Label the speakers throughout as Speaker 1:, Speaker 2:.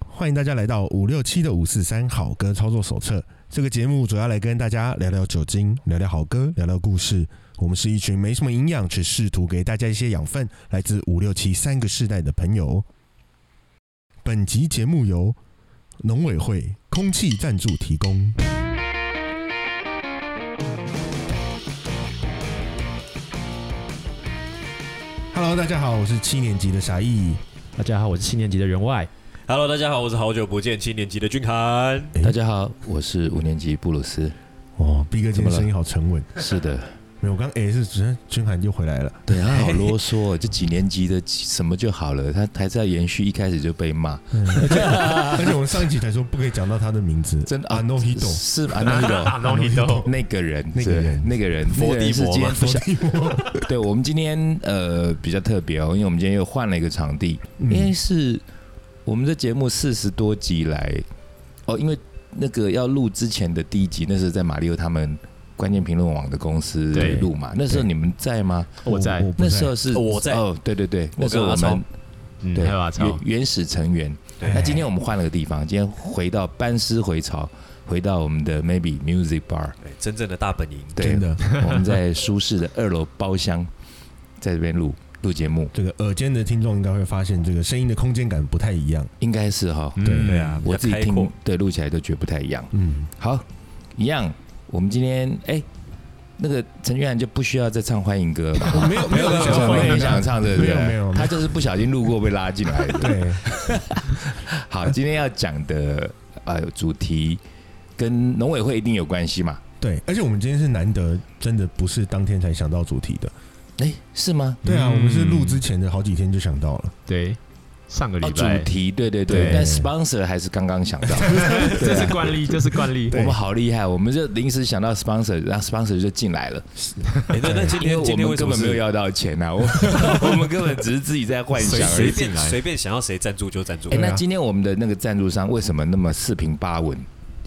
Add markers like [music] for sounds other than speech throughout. Speaker 1: 欢迎大家来到五六七的五四三好歌操作手册。这个节目主要来跟大家聊聊酒精，聊聊好歌，聊聊故事。我们是一群没什么营养，却试图给大家一些养分，来自五六七三个世代的朋友。本集节目由农委会空气赞助提供。Hello，大家好，我是七年级的傻义。
Speaker 2: 大家好，我是七年级的员外。
Speaker 3: Hello，大家好，我是好久不见七年级的俊涵。
Speaker 1: 诶
Speaker 4: 大家好，我是五年级布鲁斯。
Speaker 1: 哦，B 哥今
Speaker 4: 怎么
Speaker 1: 天
Speaker 4: 了
Speaker 1: 声音好沉稳。
Speaker 4: 是的，
Speaker 1: 没有，我刚诶是只是君涵又回来了。
Speaker 4: [laughs] 对他好啰嗦哦，这几年级的什么就好了，他还在延续一开始就被骂，
Speaker 1: 而且而且我们上一集才说不可以讲到他的名字，
Speaker 4: 真啊
Speaker 1: 阿诺希斗
Speaker 4: 是阿诺伊斗
Speaker 1: 阿诺希斗
Speaker 4: 那个人，
Speaker 1: 那个人
Speaker 4: 对那个人，
Speaker 3: 佛
Speaker 4: 那个
Speaker 3: 地
Speaker 4: 人
Speaker 3: 魔
Speaker 4: 是今天
Speaker 3: 吗
Speaker 4: 不想。对我们今天呃比较特别哦，因为我们今天又换了一个场地，
Speaker 1: 嗯
Speaker 4: 因为是我们的节目四十多集来哦，因为那个要录之前的第一集，那时候在马里奥他们关键评论网的公司
Speaker 3: 对
Speaker 4: 录嘛，那时候你们在吗？
Speaker 2: 我在
Speaker 1: 嗯我不
Speaker 4: 那
Speaker 1: 在
Speaker 4: 时候是
Speaker 3: 哦我在
Speaker 4: 哦，对对对，那时候
Speaker 3: 我
Speaker 4: 我
Speaker 3: 跟阿
Speaker 4: 们
Speaker 2: 嗯，
Speaker 4: 对哎
Speaker 2: 还有阿超
Speaker 4: 原，原始成员。
Speaker 1: 哎
Speaker 4: 那今天我们换了个地方，今天回到班师回朝，回到我们的 Maybe Music Bar，
Speaker 3: 对哎真正的大本营，
Speaker 4: 对
Speaker 1: 真，的
Speaker 4: [laughs] 我们在舒适的二楼包厢，在这边录录节目，
Speaker 1: 这个耳尖的听众应该会发现，这个声音的空间感不太一样。
Speaker 4: 应该是哈，
Speaker 2: 嗯
Speaker 1: 对
Speaker 3: 对啊，
Speaker 4: 我自己
Speaker 3: 比较开阔
Speaker 4: 听对录起来都觉得不太一样。
Speaker 1: 嗯，
Speaker 4: 好，一样，我们今天哎、那个陈俊然就不需要再唱欢迎歌了吧。 [laughs]
Speaker 1: 我没有没有人
Speaker 3: 没有
Speaker 1: 想
Speaker 3: 欢迎
Speaker 4: 没
Speaker 1: 回
Speaker 4: 有
Speaker 1: 来
Speaker 4: 想唱这个，
Speaker 1: 没有
Speaker 4: 对不对
Speaker 1: 没有，
Speaker 4: 他就是不小心路过被拉进来的。
Speaker 1: 对，
Speaker 4: 好，今天要讲的呃主题跟农委会一定有关系嘛？
Speaker 1: 对，而且我们今天是难得，真的不是当天才想到主题的。
Speaker 4: 哎、是吗？
Speaker 1: 对啊，
Speaker 2: 嗯
Speaker 1: 我们是录之前的好几天就想到了。
Speaker 2: 对，上个
Speaker 4: 哦，
Speaker 2: 礼
Speaker 4: 主
Speaker 2: 拜，
Speaker 4: 题，对对对，
Speaker 2: 对
Speaker 4: 但 sponsor 还是刚刚 [laughs] 想到，
Speaker 2: [laughs] 这
Speaker 4: 啊
Speaker 2: 是惯例，这是惯例
Speaker 4: 我。们好厉害，我们就临时想到 sponsor，然后 sponsor 就进来了，
Speaker 3: 哎
Speaker 4: [laughs]
Speaker 3: 那那今
Speaker 4: 因为
Speaker 3: 天今
Speaker 4: 我
Speaker 3: 天
Speaker 4: 们
Speaker 3: 为什
Speaker 4: 根
Speaker 3: 么
Speaker 4: 本没有
Speaker 3: 是
Speaker 4: 要到钱啊， [laughs] 我我们根本只是自己在幻想
Speaker 3: 随
Speaker 4: 而
Speaker 3: 随
Speaker 4: 已。
Speaker 3: 便
Speaker 2: 进来
Speaker 3: 随便想要谁赞助就赞助
Speaker 4: 哎、，
Speaker 1: 对啊
Speaker 4: 那今天我们的那个赞助商为什么那么四平八稳？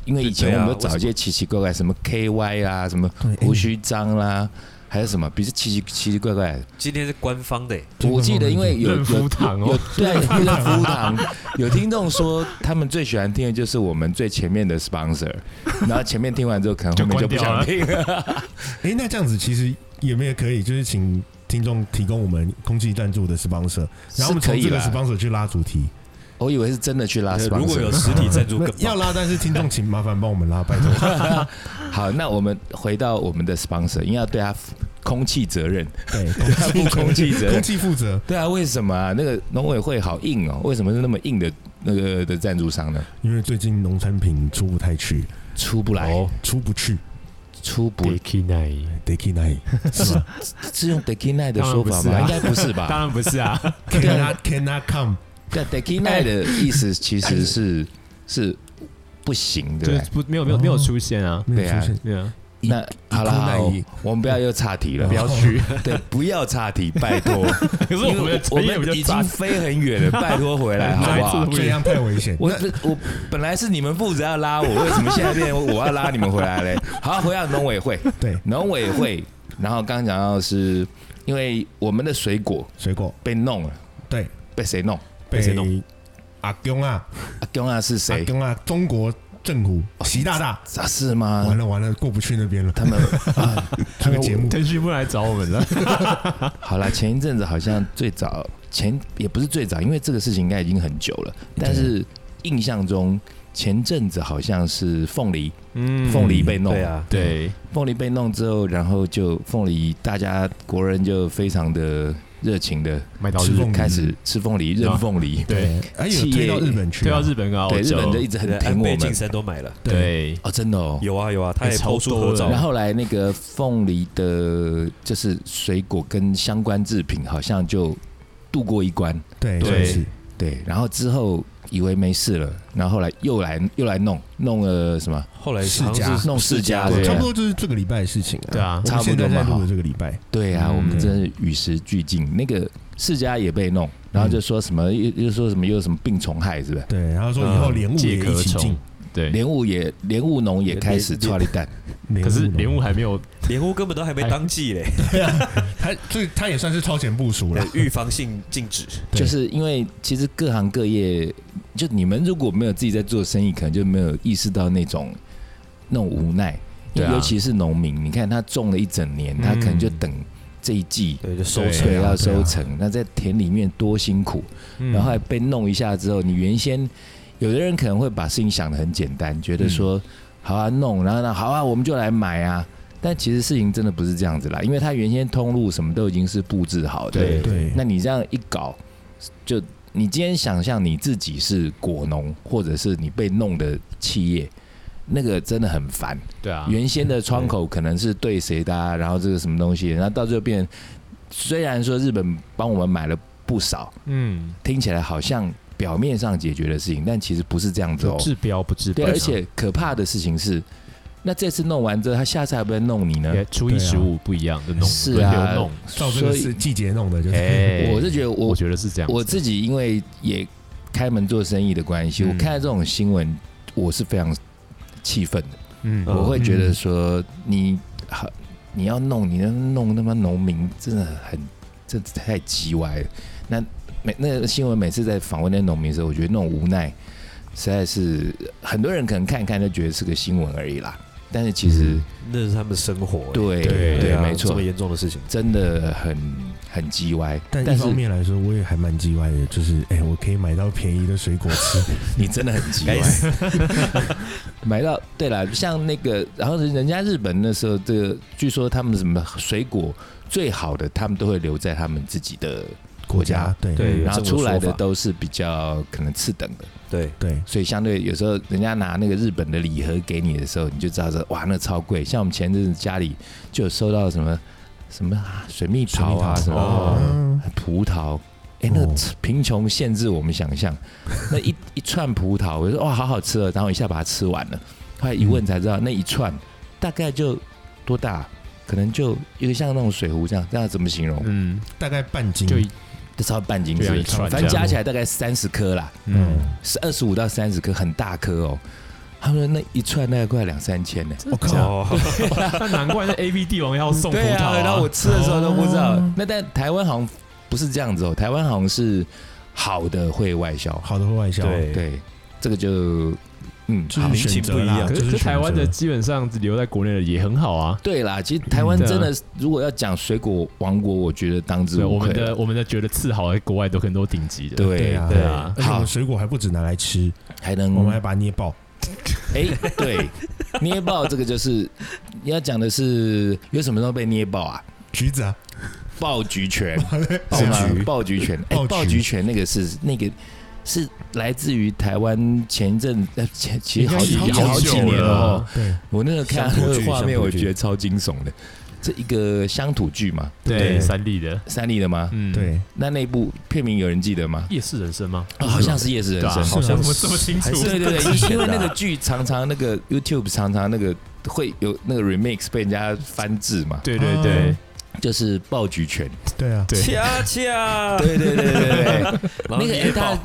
Speaker 4: 因为以前
Speaker 3: 对
Speaker 4: 我
Speaker 3: 啊
Speaker 4: 们都找一些奇奇怪怪，什么 KY 啊，什么
Speaker 1: 对
Speaker 4: 胡须章啦，还有什么，比如奇奇奇奇怪怪的。
Speaker 3: 今天是官方的，哎
Speaker 4: 我记得因为有有
Speaker 2: 润肤堂
Speaker 4: 有
Speaker 2: [laughs] 哦，
Speaker 4: 对润肤堂，有听众说他们最喜欢听的就是我们最前面的 sponsor，然后前面听完之后可能后面就不
Speaker 2: [laughs]
Speaker 4: 想听了。
Speaker 1: 哎，那这样子其实有没有可以，就是请听众提供我们空气赞助的 sponsor，然后我们
Speaker 4: 是可
Speaker 1: 从
Speaker 4: 以
Speaker 1: 这个
Speaker 4: 啦
Speaker 1: sponsor 去拉主题。
Speaker 4: 我以为是真的去拉
Speaker 3: 呃如果
Speaker 4: sponsor
Speaker 3: 有。实体赞助
Speaker 1: 那
Speaker 3: 更棒
Speaker 1: 要拉，但是听众请麻烦帮我们拉，拜托。
Speaker 4: [laughs] 好，那我们回到我们的 sponsor，应该要对他负空气责任。
Speaker 1: 对，
Speaker 4: 负空气责任
Speaker 1: 空气负责，
Speaker 4: 对啊，为什么啊？那个农委会好硬哦，为什么是那么硬的那个的赞助商呢？
Speaker 1: 因为最近农产品出不太去，
Speaker 4: 出不来，
Speaker 1: 哦，出不去
Speaker 4: 出不
Speaker 2: k i
Speaker 1: ，Dicky Night 是吧
Speaker 4: 是用 Deki Night 的
Speaker 2: 当然
Speaker 4: 说法
Speaker 2: 不是
Speaker 4: 吗？
Speaker 2: 啊
Speaker 4: 应该不是
Speaker 2: [laughs] 当
Speaker 4: 吧？
Speaker 2: 然不是啊，
Speaker 1: ？Cannot Cannot Come，
Speaker 4: 对，Deki Night 的意思其实是是不行，
Speaker 2: 就
Speaker 4: [laughs] 对不
Speaker 2: 是
Speaker 4: 对？
Speaker 2: 不没有没有没有出现啊，
Speaker 1: 没
Speaker 4: 对
Speaker 1: 有
Speaker 4: 啊
Speaker 1: 出现，
Speaker 2: 对啊，
Speaker 4: 那好了，
Speaker 1: 哭乃
Speaker 4: 好
Speaker 1: 伊
Speaker 4: 我们不要又岔题了，
Speaker 1: 不要
Speaker 4: 去， [laughs] 对，不要岔题，拜托。
Speaker 2: 可是我们的
Speaker 4: 我
Speaker 2: 产业比
Speaker 4: 们
Speaker 2: 较
Speaker 4: 已经
Speaker 2: 杂，
Speaker 4: 飞很远了，拜托回啊来好不
Speaker 1: [laughs]
Speaker 4: 好？
Speaker 1: 这样太危险。
Speaker 4: 我我本来是你们负责要拉我，为什么现在变成我要拉你们回来嘞？ [laughs] 好，回到农委会，
Speaker 1: 对，
Speaker 4: 农委会，然后刚刚讲到是因为我们的水果
Speaker 1: 水果
Speaker 4: 被弄了，
Speaker 1: 对
Speaker 4: 被谁弄？
Speaker 3: 被谁弄
Speaker 1: 阿公啊，
Speaker 4: 阿公啊是
Speaker 1: 阿
Speaker 4: 谁？
Speaker 1: 公啊，中国政府习大大，
Speaker 4: 啊是吗
Speaker 1: 完？了完了，过不去那边了。
Speaker 4: 他们啊，
Speaker 1: 这个节目
Speaker 2: [laughs] 腾讯不来找我们
Speaker 4: [laughs]
Speaker 2: 了，
Speaker 4: 好啦，前一阵子好像最早前也不是最早，因为这个事情应该已经很久了，但是印象中前阵子好像是凤梨，
Speaker 2: 嗯
Speaker 4: 凤梨被弄，
Speaker 3: 对，啊，
Speaker 2: 对，
Speaker 4: 凤梨被弄之后，然后就凤梨，大家国人就非常的热情的
Speaker 2: 卖到
Speaker 1: 吃
Speaker 2: 日
Speaker 1: 凤
Speaker 2: 本，
Speaker 1: 梨
Speaker 4: 开始吃凤梨、认凤梨，
Speaker 2: 对，
Speaker 1: 哎，有推到日本去
Speaker 2: 推
Speaker 1: 啊，
Speaker 2: 到日本跟澳
Speaker 4: 对，日
Speaker 2: 洲
Speaker 4: 本，就一直很
Speaker 3: 安
Speaker 4: 挺我
Speaker 3: 倍晋
Speaker 4: 们，
Speaker 3: 三都买了，
Speaker 2: 对，
Speaker 4: 哦，真的哦。
Speaker 3: 有啊有啊，他也
Speaker 2: 哎超
Speaker 3: 抛出合
Speaker 2: 多
Speaker 3: 照
Speaker 2: 的
Speaker 4: 然，后来那个凤梨的，就是水果跟相关制品，好像就度过一关。
Speaker 1: 对
Speaker 2: 对
Speaker 1: 算是
Speaker 4: 对，然后之后以为没事了，然后后来又来又来弄弄了什么？
Speaker 3: 后来
Speaker 1: 世
Speaker 3: 好
Speaker 1: 家
Speaker 3: 像是
Speaker 4: 弄世家
Speaker 2: 对
Speaker 4: 的，
Speaker 1: 差不多就是这个礼拜的事情啊。
Speaker 2: 对啊
Speaker 1: 我们
Speaker 4: 差不多
Speaker 1: 现在在
Speaker 4: 嘛
Speaker 1: 录的
Speaker 4: 哈
Speaker 1: 这个礼拜，
Speaker 4: 对啊，
Speaker 2: 嗯
Speaker 4: 我们真是与时俱进。那个世家也被弄，然后就说什么又又说什么又有什么病虫害，是不是？
Speaker 1: 对，然后说以后
Speaker 2: 嗯
Speaker 1: 莲雾也
Speaker 2: 介壳
Speaker 1: 一起
Speaker 2: 虫
Speaker 1: 进，
Speaker 2: 对，
Speaker 4: 莲雾也莲雾农也开始抓力蛋，
Speaker 2: 可是
Speaker 1: 莲
Speaker 2: 莲雾还没有，
Speaker 3: 莲雾根本都还没
Speaker 4: 哎
Speaker 3: 当季嘞，
Speaker 1: 他这他也算是超前部署了
Speaker 4: 啊
Speaker 3: 对，预防性禁止。
Speaker 1: 对
Speaker 4: 就是因为其实各行各业，就你们如果没有自己在做生意，可能就没有意识到那种那种无奈，因
Speaker 2: 对
Speaker 4: 为
Speaker 2: 啊
Speaker 4: 尤其是农民，你看他种了一整年，他可能就等这一季。
Speaker 3: 对，就收
Speaker 2: 对
Speaker 3: 成
Speaker 4: 水
Speaker 1: 啊
Speaker 4: 要
Speaker 1: 对啊
Speaker 4: 收成，那在田里面多辛苦，
Speaker 2: 嗯
Speaker 4: 然后还被弄一下之后，你原先有的人可能会把事情想得很简单，觉得
Speaker 2: 嗯
Speaker 4: 说、好啊弄，然后呢好啊我们就来买啊，但其实事情真的不是这样子啦，因为他原先通路什么都已经是布置好的，
Speaker 2: 对
Speaker 1: 对，
Speaker 4: 那你这样一搞，就你今天想象你自己是果农，或者是你被弄的企业。那个真的很烦，
Speaker 2: 对啊，
Speaker 4: 原先的窗口可能是对谁的、啊，然后这个什么东西，然后到最后变，虽然说日本帮我们买了不少，
Speaker 2: 嗯，
Speaker 4: 听起来好像表面上解决的事情，但其实不是这样子
Speaker 2: 就
Speaker 4: 哦。
Speaker 2: 治标不治
Speaker 4: 对，
Speaker 2: 本啊，
Speaker 4: 而且可怕的事情是，那这次弄完之后，他下次还不会弄你呢？
Speaker 2: 也初一十五不一样的弄，
Speaker 4: 是
Speaker 2: 轮
Speaker 4: 啊
Speaker 2: 流弄，
Speaker 1: 照这个
Speaker 4: 所以
Speaker 1: 是季节弄的，就是、
Speaker 2: 哎，
Speaker 4: 我是觉得我
Speaker 2: 我觉得是这样子，
Speaker 4: 我自己因为也开门做生意的关系，
Speaker 2: 嗯
Speaker 4: 我看到这种新闻，我是非常气愤的。
Speaker 2: 嗯
Speaker 3: 嗯
Speaker 4: 我会觉得说，你好，你要弄，你要弄他妈农民，真的很，这太叽歪了。那每那个新闻每次在访问那农民的时候，我觉得那种无奈，实在是很多人可能看一看就觉得是个新闻而已啦。但是其实，
Speaker 3: 那是他们生活。
Speaker 4: 对
Speaker 1: 对
Speaker 4: 对，
Speaker 3: 啊
Speaker 4: 没
Speaker 3: 这
Speaker 4: 错
Speaker 3: 么，严重的事情，
Speaker 4: 真的很很叽歪。
Speaker 1: [laughs] 但一
Speaker 4: 但是
Speaker 1: 方面来说，我也还蛮意外的，就是哎、我可以买到便宜的水果吃，
Speaker 4: 你真的很叽
Speaker 1: [laughs]
Speaker 3: 该
Speaker 4: 歪。
Speaker 3: 死
Speaker 4: 买到对啦，像那个，然后人家日本那时候，这个据说他们什么水果最好的，他们都会留在他们自己的国家，
Speaker 1: 对
Speaker 3: 对有
Speaker 4: 然后
Speaker 3: 这种
Speaker 4: 出来
Speaker 3: 说
Speaker 4: 的
Speaker 3: 法
Speaker 4: 都是比较可能次等的，
Speaker 3: 对，
Speaker 1: 对，
Speaker 4: 所以相对有时候人家拿那个日本的礼盒给你的时候，你就知道说哇，那超贵。像我们前阵子家里就有收到什么什么啊水蜜桃啊
Speaker 1: 水
Speaker 4: 什
Speaker 1: 蜜桃
Speaker 4: 么
Speaker 3: 哦
Speaker 1: 嗯
Speaker 4: 葡萄，哎、那个
Speaker 1: 哦
Speaker 4: 贫穷限制我们想象，那一一串葡萄，我就说哇，好好吃哦，然后一下把它吃完了，后来一问才知道，那一串大概就多大？可能就一个像那种水壶这样，这样怎么形容？
Speaker 2: 嗯，
Speaker 1: 大概半斤，
Speaker 2: 就一
Speaker 4: 就超半斤
Speaker 2: 就
Speaker 3: 啊
Speaker 4: 之
Speaker 2: 像
Speaker 4: 类
Speaker 2: 一
Speaker 4: 的，
Speaker 2: 串
Speaker 4: 反
Speaker 2: 这
Speaker 4: 正
Speaker 2: 样
Speaker 4: 加起来大概三十颗啦，
Speaker 1: 嗯
Speaker 2: 嗯，，
Speaker 4: 是二十五到三十颗，很大颗哦。他们说那一串大概快两三千呢、
Speaker 1: 我、靠，
Speaker 3: 哦，
Speaker 2: 那难怪那 A B 帝王要送葡
Speaker 4: 对
Speaker 2: 萄
Speaker 4: 啊，然后我吃的时候都不知道。
Speaker 1: 哦
Speaker 4: 那但台湾好像不是这样子哦，台湾好像是好的会外销，
Speaker 1: 好的会外销，
Speaker 3: 对，
Speaker 4: 对，这个就嗯，
Speaker 1: 就
Speaker 4: 好
Speaker 1: 是
Speaker 3: 民
Speaker 1: 选
Speaker 3: 情
Speaker 1: 择
Speaker 3: 不一
Speaker 1: 啦
Speaker 3: 样
Speaker 2: 可
Speaker 1: 就是是
Speaker 2: 可是台湾的
Speaker 1: 选择
Speaker 2: 基本上留在国内的也很好啊。
Speaker 4: 对啦。其实台湾真的，如果要讲水果王国，我觉得当之
Speaker 2: 对，
Speaker 4: 无
Speaker 2: 我
Speaker 4: 愧
Speaker 2: 们
Speaker 4: 了。
Speaker 2: 的我们的觉得次好，在国外都很多顶级的。
Speaker 4: 对
Speaker 1: 对啊，
Speaker 2: 对啊
Speaker 1: 而且我
Speaker 4: 好嗯
Speaker 1: 们水果还不止拿来吃，
Speaker 4: 还能
Speaker 1: 我们还把它捏爆，
Speaker 4: 哎，对，捏爆这个就是你要讲的是有什么时候被捏爆啊？
Speaker 1: 橘子啊，
Speaker 4: 爆菊拳，
Speaker 1: 爆
Speaker 4: 是吗
Speaker 1: 橘
Speaker 4: 爆菊拳，哎
Speaker 1: 爆，菊
Speaker 4: 爆菊拳那个是那个是来自于台湾前一阵呃前其实好几
Speaker 1: 应该是
Speaker 4: 好几
Speaker 1: 好久
Speaker 4: 年了
Speaker 2: 了
Speaker 4: 哦。
Speaker 1: 哦，对，
Speaker 4: 我那个看
Speaker 3: 乡
Speaker 4: 那
Speaker 3: 土
Speaker 4: 个
Speaker 3: 剧
Speaker 4: 画面，
Speaker 3: 乡土
Speaker 4: 我
Speaker 3: 剧
Speaker 4: 觉得超惊悚的。这一个乡土剧嘛，
Speaker 2: 对，
Speaker 1: 对
Speaker 2: 三立的，
Speaker 4: 三立的吗？
Speaker 2: 嗯，，
Speaker 1: 对，
Speaker 4: 那那部片名有人记得吗？
Speaker 2: 夜市人生吗？
Speaker 4: 哦好像是夜市人
Speaker 2: 对
Speaker 4: 生
Speaker 2: 啊，
Speaker 1: 是吗
Speaker 2: 好像我这么清楚
Speaker 3: 还，是
Speaker 4: 对对
Speaker 3: 之
Speaker 4: 对，
Speaker 3: 前
Speaker 4: 因
Speaker 3: 的
Speaker 4: 为
Speaker 3: 啊
Speaker 4: 那个剧常常那个 YouTube 常常那个会有那个 remix 被人家翻制嘛，
Speaker 2: 对对对
Speaker 1: 啊，
Speaker 4: 就是爆菊拳。
Speaker 1: 对啊，
Speaker 2: 对
Speaker 3: 恰恰，
Speaker 4: 对对对对对，
Speaker 3: 然后
Speaker 4: 那
Speaker 3: [laughs]
Speaker 4: 个哎
Speaker 3: 捏
Speaker 4: 大
Speaker 3: 爆
Speaker 4: 家。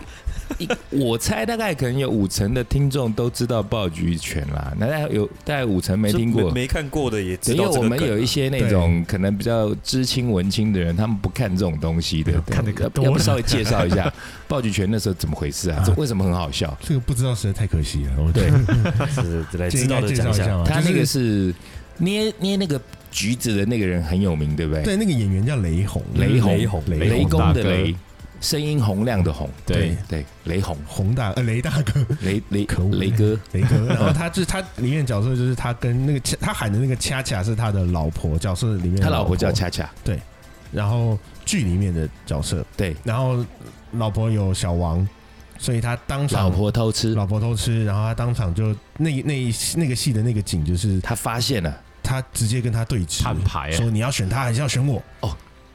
Speaker 4: 一我猜大概可能有五成的听众都知道爆菊拳啦，那大概有大概五成没
Speaker 3: 这
Speaker 4: 听过，
Speaker 3: 没看过的也
Speaker 4: 对
Speaker 3: 知
Speaker 4: 因为
Speaker 3: 道这
Speaker 4: 我
Speaker 3: 个
Speaker 4: 们
Speaker 3: 梗
Speaker 4: 有一
Speaker 3: 啊
Speaker 4: 些那种可能比较知青文青的人，他们不看这种东西的
Speaker 2: 没有，看得可
Speaker 4: 要
Speaker 2: 多了
Speaker 4: 要不稍微介绍一下暴菊拳那时候怎么回事啊？这为什么很好笑？
Speaker 1: 这个不知道实在太可惜了，我觉
Speaker 4: 对
Speaker 1: 得，
Speaker 3: 是是
Speaker 1: [laughs]
Speaker 3: 来
Speaker 1: 这
Speaker 3: [laughs] 知
Speaker 1: 应
Speaker 3: 道
Speaker 1: 该
Speaker 3: 的
Speaker 1: 介
Speaker 3: 讲
Speaker 1: 绍
Speaker 3: 一
Speaker 1: 一下
Speaker 3: 下，
Speaker 1: 嘛，
Speaker 4: 他那
Speaker 1: 就是
Speaker 4: 个是捏捏那个橘子的那个人很有名，对不对？
Speaker 1: 哎对那个演员叫雷洪，
Speaker 4: 雷洪
Speaker 1: 雷
Speaker 2: 雷洪
Speaker 1: 雷
Speaker 4: 雷
Speaker 1: 洪
Speaker 4: 公
Speaker 2: 大
Speaker 4: 的
Speaker 2: 哥
Speaker 4: 雷，声音洪亮的洪，
Speaker 2: 对，
Speaker 4: 对，雷洪，
Speaker 1: 洪大呃雷大哥
Speaker 4: 雷雷
Speaker 1: 可恶
Speaker 4: 雷哥，
Speaker 1: 雷哥， [laughs] 然后他就是他里面的角色就是他跟那个恰他喊的那个恰恰是他的老婆角色里面的
Speaker 4: 他老
Speaker 1: 婆
Speaker 4: 婆叫，恰恰，
Speaker 1: 然后剧里面的角色，
Speaker 4: 对，
Speaker 1: 然后老婆有小王，所以他当场
Speaker 4: 老婆偷吃，
Speaker 1: 老婆偷吃，然后他当场就那那一那个戏的那个景就是
Speaker 4: 他发现了，
Speaker 1: 他直接跟他对峙，
Speaker 2: 摊
Speaker 4: 啊
Speaker 2: 牌，
Speaker 1: 说你要选他还是要选我？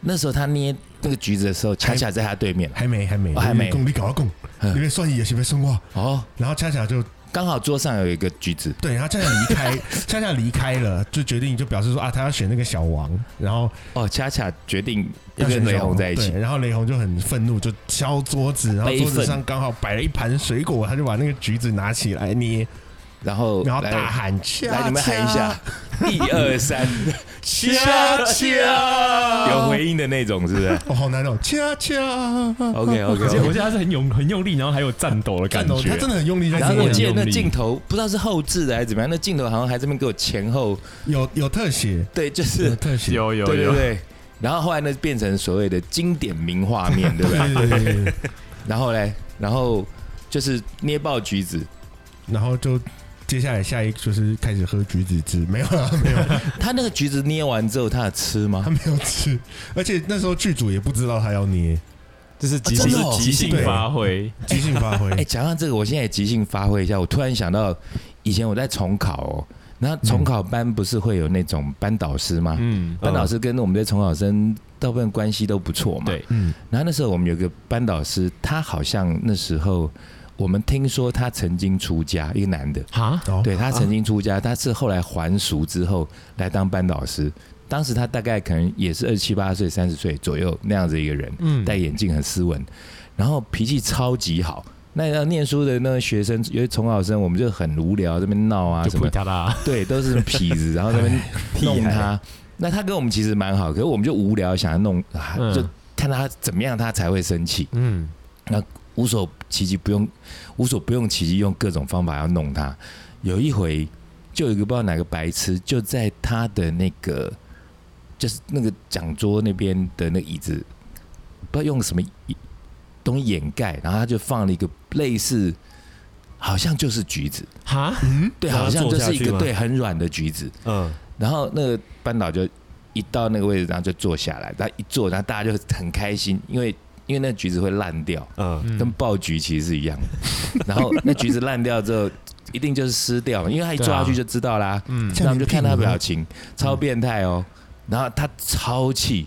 Speaker 4: 那时候他捏那个橘子的时候，恰恰在他对面，
Speaker 1: 还没还没
Speaker 4: 哦还没
Speaker 1: 你搞到供，
Speaker 4: 嗯
Speaker 1: 你别算也是别算我。
Speaker 4: 哦，
Speaker 1: 然后恰恰就
Speaker 4: 刚好桌上有一个橘子，
Speaker 1: 对，然后恰恰离
Speaker 4: [laughs]
Speaker 1: 开，恰恰离开了，就决定就表示说啊，他要选那个小王，然后
Speaker 4: 哦，恰恰决定要
Speaker 1: 要选
Speaker 4: 跟
Speaker 1: 小
Speaker 4: 雷洪
Speaker 1: 王
Speaker 4: 在一起
Speaker 1: 对，然后雷洪就很愤怒，就敲桌子，然后
Speaker 4: 悲
Speaker 1: 桌子
Speaker 4: 愤
Speaker 1: 上刚好摆了一盘水果，他就把那个橘子拿起来捏，
Speaker 4: 然后
Speaker 1: 然后
Speaker 4: 来
Speaker 1: 大喊恰，
Speaker 4: 来你们喊一下，一二三，
Speaker 3: 恰恰
Speaker 4: 有回音的那种，是不是
Speaker 1: 哦，好难哦，恰恰。
Speaker 4: ？OK [laughs]
Speaker 2: 而且
Speaker 4: OK
Speaker 2: 我。记得他是很用很用力，然后还有战斗的感
Speaker 1: 看哦，他
Speaker 2: 觉
Speaker 1: 真。的很用力在
Speaker 4: 然后
Speaker 1: 做
Speaker 4: 我记得
Speaker 2: 很用
Speaker 4: 那
Speaker 2: 力
Speaker 4: 镜头不知道是后置的还是怎么样，那镜头好像还这边给我前后，
Speaker 1: 有有特写，
Speaker 4: 对，就
Speaker 1: 有
Speaker 4: 是
Speaker 1: 特写，
Speaker 2: 有有
Speaker 4: 对对
Speaker 2: 有，
Speaker 4: 对。然后后来那变成所谓的经典名画面，对不
Speaker 1: 对
Speaker 4: 对？
Speaker 1: 对对对对，
Speaker 4: 然后嘞，然后就是捏爆橘子，
Speaker 1: 然后就接下来下一就是开始喝橘子汁，没有啦，没有，
Speaker 4: 他那个橘子捏完之后，他有吃
Speaker 1: 他
Speaker 4: 吗？
Speaker 1: 没有吃，而且那时候剧组也不知道他要捏，
Speaker 2: 这是即
Speaker 4: 啊
Speaker 2: 兴
Speaker 4: 真的哦
Speaker 2: 即兴
Speaker 1: 对
Speaker 2: 发挥，
Speaker 1: 即兴发挥
Speaker 4: 哎、，讲到这个，我现在也即兴发挥一下，我突然想到，以前我在重考哦，然后重考班不是会有那种班导师吗？
Speaker 2: 嗯，
Speaker 4: 班导师跟我们这重考生大部分关系都不错嘛。
Speaker 2: 对。
Speaker 1: 嗯，
Speaker 4: 然后那时候我们有个班导师，他好像那时候我们听说他曾经出家，一个男的，
Speaker 2: 哈，
Speaker 1: 哦，
Speaker 4: 对他曾经出家，他是后来还俗之后来当班导师。当时他大概可能也是二七八岁、三十岁左右那样子一个人，
Speaker 2: 嗯
Speaker 4: 戴眼镜很斯文，然后脾气超级好。那要念书的那个学生，有些重考生，我们就很无聊，这边闹啊
Speaker 2: 就
Speaker 4: 什
Speaker 2: 不
Speaker 4: 么，
Speaker 2: 哒啦，
Speaker 4: 对，都是
Speaker 2: [laughs]
Speaker 4: 痞子，然后在那边弄他。那他跟我们其实蛮好，可是我们就无聊，想要弄，啊
Speaker 2: 嗯
Speaker 4: 就看他怎么样，他才会生气。
Speaker 2: 嗯，
Speaker 4: 无所其极，不用无所不用其极，用各种方法要弄他。有一回，就有一个不知道哪个白痴，就在他的那个就是那个讲桌那边的那椅子，不知道用什么椅东西掩盖，然后他就放了一个类似，好像就是橘子，
Speaker 2: 哈，
Speaker 4: 对，
Speaker 3: 让他
Speaker 4: 好像就
Speaker 3: 坐下
Speaker 4: 是一
Speaker 3: 去
Speaker 4: 个
Speaker 3: 吗
Speaker 4: 对很软的橘子。
Speaker 3: 嗯，
Speaker 4: 然后那个班导就一到那个位置，然后就坐下来，然后一坐，然后大家就很开心，因为因为那橘子会烂掉。
Speaker 3: 嗯，
Speaker 2: 嗯
Speaker 4: 跟爆橘其实是一样的。然后那橘子烂掉之后，一定就是湿掉嘛，因为他一
Speaker 2: 对啊
Speaker 4: 抓下去就知道啦。
Speaker 2: 嗯
Speaker 1: 这样
Speaker 4: 然后我们就看他
Speaker 1: 很屁股
Speaker 4: 表情，超变态哦。然后他超气，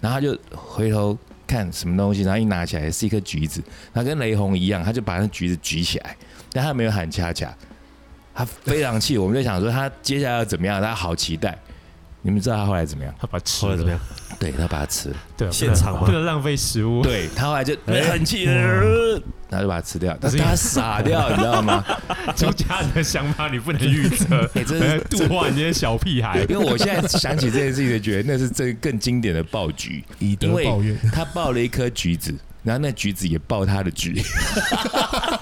Speaker 4: 然后他就回头看什么东西，然后一拿起来是一颗橘子，他跟雷洪一样，他就把那橘子举起来，但他没有喊恰恰，他非常气。我们就想说他接下来要怎么样，他好期待。你们知道他后来怎么样？
Speaker 2: 他把它吃
Speaker 3: 后来怎么
Speaker 2: 了
Speaker 3: 样，？
Speaker 4: 对他把它吃了，
Speaker 2: 对啊，
Speaker 3: 现场吗
Speaker 2: 不能不能浪费食物，
Speaker 4: 对他后来就
Speaker 3: 哎
Speaker 4: 很气，
Speaker 1: 哇
Speaker 4: 呃然后就把它吃掉，但
Speaker 2: 可是
Speaker 4: 是他傻掉，你知道吗？，
Speaker 2: 出家人的想法你不能预测
Speaker 4: 哎、
Speaker 2: [laughs]
Speaker 4: 真
Speaker 2: 哎
Speaker 4: 是
Speaker 2: 度化你这些小屁孩，
Speaker 4: 因为我现在想起这件事情，就觉得那是这更经典的爆菊，
Speaker 1: 以德报怨，
Speaker 4: 他爆了一颗橘子，然后那橘子也爆他的菊，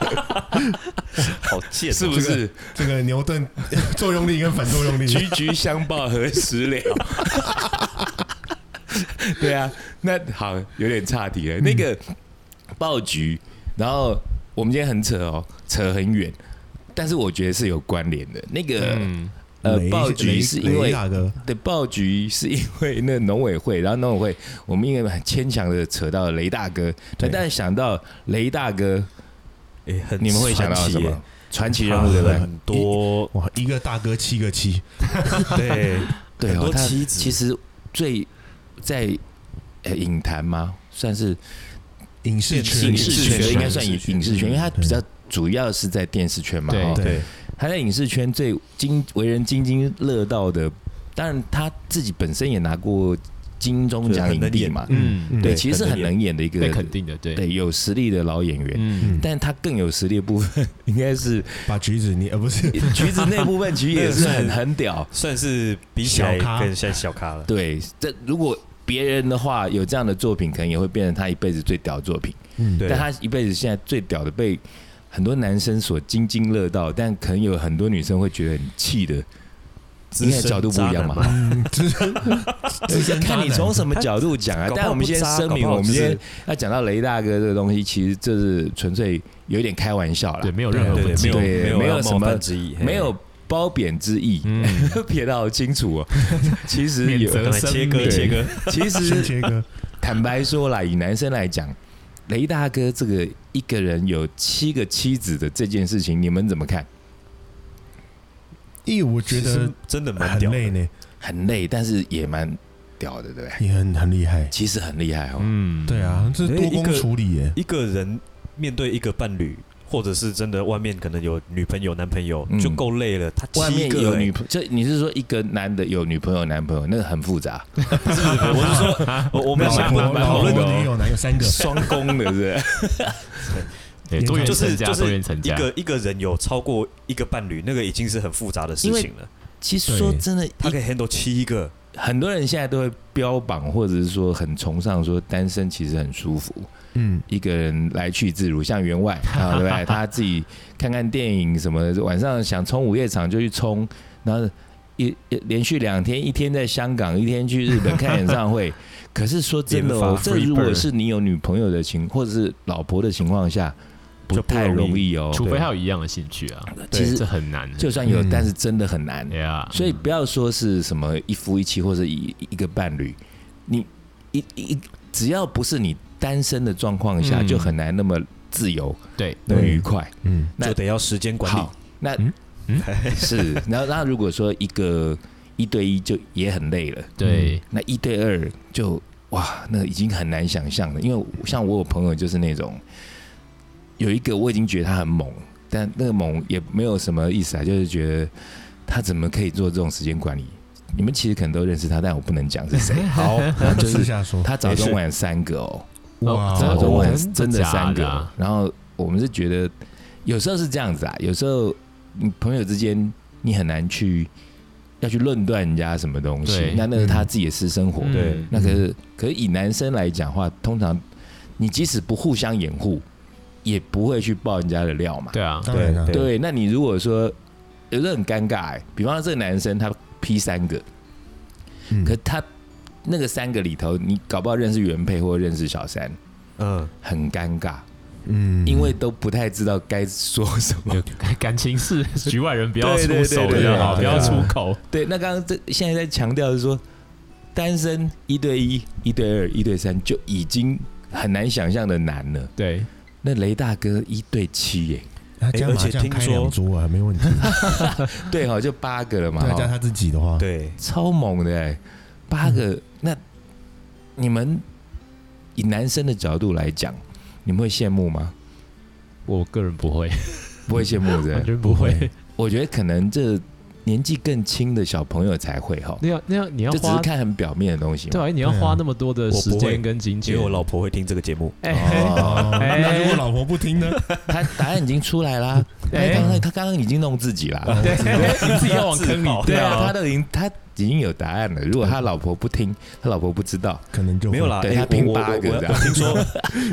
Speaker 3: [laughs] 好贱哦，
Speaker 4: 是不是？
Speaker 1: 这个牛顿 [laughs] 作用力跟反作用力，
Speaker 4: 橘橘相报何时了？ [laughs] 对啊，那好，有点岔题了。那个爆菊，然后我们今天很扯哦，扯很远，但是我觉得是有关联的。那个、
Speaker 2: 嗯，
Speaker 4: 呃
Speaker 1: 雷，
Speaker 4: 爆菊
Speaker 1: 雷
Speaker 4: 是因
Speaker 1: 雷
Speaker 4: 为
Speaker 1: 大哥，
Speaker 4: 的爆局是因为那农委会，然后农委会我们因为很牵强的扯到雷大哥，
Speaker 1: 对
Speaker 4: 但想到雷大哥，
Speaker 3: 哎，很
Speaker 4: 嗯你们会想到
Speaker 3: 传奇
Speaker 4: 什
Speaker 3: 耶
Speaker 4: 么？？传奇人物对不对？
Speaker 3: 很
Speaker 4: [laughs]
Speaker 3: 多
Speaker 1: 哇，一个大哥七个七，
Speaker 3: 对，
Speaker 4: 对
Speaker 3: 很
Speaker 4: 哦
Speaker 3: 多，
Speaker 4: 他
Speaker 3: 妻子
Speaker 4: 其实最在呃影坛吗？算是
Speaker 1: 影视圈，
Speaker 4: 影视圈应该算影
Speaker 3: 影视圈
Speaker 4: 影视圈，因为他
Speaker 1: 对
Speaker 4: 比较主要是在电视圈嘛。
Speaker 2: 对
Speaker 4: 哦
Speaker 1: 对，
Speaker 4: 他在影视圈最津为人津津乐道的，当然他自己本身也拿过金钟
Speaker 3: 就是
Speaker 4: 奖
Speaker 3: 很
Speaker 4: 影
Speaker 3: 能
Speaker 4: 帝
Speaker 3: 演
Speaker 4: 嘛。
Speaker 2: 嗯
Speaker 1: 嗯
Speaker 4: 对，
Speaker 3: 对
Speaker 4: 其实是
Speaker 3: 很
Speaker 4: 很
Speaker 3: 能
Speaker 4: 能演的一个
Speaker 2: 被肯定的，对，
Speaker 4: 对有实力的老演员。
Speaker 2: 嗯，
Speaker 4: 但他更有实力的部分，应该是
Speaker 3: [laughs]
Speaker 1: 把橘子捏，呃，不
Speaker 4: [laughs]
Speaker 1: 是，
Speaker 4: 橘子那部分，其实也是很
Speaker 3: 那是
Speaker 4: 很
Speaker 3: [laughs]
Speaker 4: 屌。
Speaker 3: 算是比起来
Speaker 1: 小咖
Speaker 3: 更像小咖了。
Speaker 4: 对，这如果别人的话有这样的作品，可能也会变成他一辈子最屌的作品。
Speaker 1: 嗯，
Speaker 3: 对
Speaker 4: 但他一辈子现在最屌的被很多男生所津津乐道，但可能有很多女生会觉得很气的。
Speaker 3: 资
Speaker 4: 应该
Speaker 3: 深
Speaker 4: 角度不一样嘛
Speaker 3: 渣男嘛？
Speaker 1: 嗯，资深，资深渣
Speaker 4: 看 [laughs] 你
Speaker 1: 男
Speaker 4: 从什么角度讲
Speaker 3: [laughs]
Speaker 4: 啊
Speaker 3: 搞。不好
Speaker 4: 但我们先声
Speaker 3: 不
Speaker 4: 明，
Speaker 3: 渣
Speaker 4: 我们今天
Speaker 3: 搞不
Speaker 4: 要讲到雷大哥这个东西，其实这是纯粹有一点开玩笑
Speaker 2: 对，
Speaker 4: 啦，
Speaker 2: 没有任何
Speaker 3: 对
Speaker 2: 不
Speaker 3: 对，
Speaker 2: 敬，
Speaker 4: 对
Speaker 3: 没有
Speaker 4: 没有
Speaker 3: 要
Speaker 4: 什
Speaker 3: 冒
Speaker 4: 么
Speaker 3: 犯之意，嘿
Speaker 4: 没有褒贬之意， [laughs]
Speaker 2: 嗯，
Speaker 4: 撇的好清楚哦。其实
Speaker 2: 免
Speaker 4: 有，
Speaker 2: 责
Speaker 3: 来
Speaker 2: 声
Speaker 3: 切割
Speaker 2: 明，
Speaker 3: 切割，
Speaker 4: 其
Speaker 1: [laughs] 先
Speaker 4: 实
Speaker 1: 切割，
Speaker 4: 坦白说啦，以男生来讲，雷大哥这个一个人有七个妻子的这件事情，你们怎么看？
Speaker 1: 咦，我觉
Speaker 3: 其实
Speaker 1: 得
Speaker 3: [laughs] 真的蛮
Speaker 1: 很
Speaker 3: 屌的，
Speaker 1: 累呢，
Speaker 4: 很累，但是也蛮屌的，对不对？
Speaker 1: 也很很厉害，
Speaker 4: 其实很厉害哦。
Speaker 2: 嗯，
Speaker 1: 对，啊，这是多
Speaker 3: 一
Speaker 1: 工
Speaker 3: 个
Speaker 1: 处理耶，
Speaker 3: 一个人面对一个伴侣，或者是真的外面可能有女朋友、男朋友，
Speaker 4: 嗯
Speaker 3: 就够累了。他
Speaker 4: 外
Speaker 3: 七
Speaker 4: 面有
Speaker 3: 个
Speaker 4: 女
Speaker 3: 欸，
Speaker 4: 朋，就你是说一个男的有女朋友、男朋友，那个很复杂，
Speaker 3: 不是不是，不是
Speaker 4: 哎
Speaker 3: 我是哦说，我我们
Speaker 1: 老
Speaker 3: 想
Speaker 1: 婆
Speaker 3: 我们
Speaker 1: 老
Speaker 3: 讨
Speaker 1: 婆
Speaker 3: 论
Speaker 4: 的哦
Speaker 1: 女友男友三个，
Speaker 4: 双攻的是不是？
Speaker 2: 对，多元
Speaker 3: 就是
Speaker 2: 成家，
Speaker 3: 就是
Speaker 2: 多元成
Speaker 3: 一
Speaker 2: 家，
Speaker 3: 个一个人有超过一个伴侣，那个已经是很复杂的事情了。
Speaker 4: 其实说
Speaker 1: 对
Speaker 4: 真的，
Speaker 3: 他可以 handle 七个，
Speaker 4: 很多人现在都会标榜，或者是说很崇尚说单身其实很舒服，
Speaker 1: 嗯，
Speaker 4: 一个人来去自如，像
Speaker 2: [laughs]
Speaker 4: 员外啊，对不对？他自己看看电影什么的，晚上想冲午夜场就去冲，然后一一连续两天，一天在香港，一天去日本看演唱
Speaker 2: [laughs]
Speaker 4: 会。可是说真的哦
Speaker 2: 连，发
Speaker 4: 这
Speaker 2: free
Speaker 4: 如果
Speaker 2: bird
Speaker 4: 是你有女朋友的情，或者是老婆的情况下，不
Speaker 3: 就不
Speaker 4: 太
Speaker 3: 容
Speaker 4: 容易哦。
Speaker 2: 除非
Speaker 4: 对
Speaker 2: 他有一样的兴趣啊，
Speaker 4: 其
Speaker 2: 这
Speaker 4: 实
Speaker 2: 很难的，
Speaker 4: 就算有，
Speaker 1: 嗯
Speaker 4: 但是真的很难。
Speaker 2: 对啊，
Speaker 4: 所以不要说是什么一夫一妻或者一一个伴侣，你一一只要不是你单身的状况下，
Speaker 2: 嗯
Speaker 4: 就很难那么自由、
Speaker 2: 对，
Speaker 4: 那么
Speaker 1: 对
Speaker 4: 愉快。
Speaker 1: 嗯
Speaker 4: 那
Speaker 3: 就得要时间管理
Speaker 4: 好。，那
Speaker 1: 嗯
Speaker 2: 嗯
Speaker 4: [laughs] 是，然后那如果说一个一对一就也很累了，
Speaker 2: 对，
Speaker 4: 那一对二就哇，那已经很难想象了。因为像我有朋友就是那种，有一个我已经觉得他很猛，但那个猛也没有什么意思啊，就是觉得他怎么可以做这种时间管理？你们其实可能都认识他，但我不能讲
Speaker 2: [laughs]
Speaker 4: 是谁。
Speaker 1: 好，那
Speaker 4: 就是
Speaker 1: 私下说，
Speaker 4: 他早中晚三个哦，
Speaker 2: 哦
Speaker 4: 早中晚
Speaker 2: 真的
Speaker 4: 真的三
Speaker 2: 假
Speaker 4: 个
Speaker 2: 的
Speaker 4: 哦
Speaker 2: 啊。
Speaker 4: 然后我们是觉得有时候是这样子啊，有时候你朋友之间你很难去要去论断人家什么东西
Speaker 2: 对，
Speaker 4: 那那是他
Speaker 1: 嗯
Speaker 4: 自己的私生活。
Speaker 3: 对
Speaker 4: 那可是，可是以男生来讲话，通常你即使不互相掩护，也不会去爆人家的料嘛。
Speaker 2: 对啊，
Speaker 1: 当然啊
Speaker 3: 对，
Speaker 4: 对，那你如果说有时候很尴尬、欸，比方说这个男生他劈三个，
Speaker 1: 嗯
Speaker 4: 可他那个三个里头，你搞不好认识原配或认识小三，
Speaker 3: 嗯，
Speaker 4: 很尴尬，
Speaker 1: 嗯
Speaker 4: 因为都不太知道该说什
Speaker 1: [laughs]
Speaker 4: 么。
Speaker 2: 有 [laughs] 感情是 [laughs] 局外人不要
Speaker 3: 对
Speaker 2: 出
Speaker 3: 对
Speaker 2: 手，
Speaker 3: 对
Speaker 2: 比
Speaker 1: 对
Speaker 2: 较好，不
Speaker 1: 对啊
Speaker 2: 要出口，
Speaker 4: 对，那刚刚这现在在强调的是说，单身一对一、一对二、一对三就已经很难想象的难了。
Speaker 2: 对，
Speaker 4: 那雷大哥一对七耶、
Speaker 1: 他加麻将开两桌啊，没问题。
Speaker 4: 对哈、就八个了嘛，
Speaker 1: 对，
Speaker 4: 齁
Speaker 1: 加他自己的话，
Speaker 3: 对，
Speaker 4: 超猛的、欸，八个。那你们以男生的角度来讲，你们会羡慕吗？
Speaker 2: 我个人不会，
Speaker 4: 不会羡慕的
Speaker 2: 完，全不会
Speaker 1: 会，
Speaker 4: 我觉得可能这年纪更轻的小朋友才会哈，
Speaker 2: 那要那要你要
Speaker 4: 这只是
Speaker 2: 花。
Speaker 4: 看很表面的东西
Speaker 2: 对
Speaker 4: 嘛。
Speaker 2: 啊，你要
Speaker 1: 对啊
Speaker 2: 花那么多的
Speaker 3: 我
Speaker 2: 时
Speaker 3: 不会
Speaker 2: 间跟金
Speaker 3: 因
Speaker 2: 钱
Speaker 3: 为我。老婆会听这个节目，
Speaker 2: 哎
Speaker 1: 哦，
Speaker 2: 哎
Speaker 1: 那如果老婆不听呢？
Speaker 4: 他答案已经出来啦，他
Speaker 2: 哎哦
Speaker 4: 刚刚他刚刚已经弄自己啦。
Speaker 2: 对，你自己要往坑
Speaker 3: 自
Speaker 2: 里
Speaker 3: 爆
Speaker 4: 对啊，
Speaker 2: 掉
Speaker 4: 他。都已经他已经有答案了。如果他老婆不听，他老婆不知道，
Speaker 1: 可能就
Speaker 3: 没有啦。
Speaker 4: 对
Speaker 3: 哎
Speaker 4: 他拼
Speaker 3: 我我
Speaker 4: 八个
Speaker 3: 我我要
Speaker 4: 这样
Speaker 3: 我听说，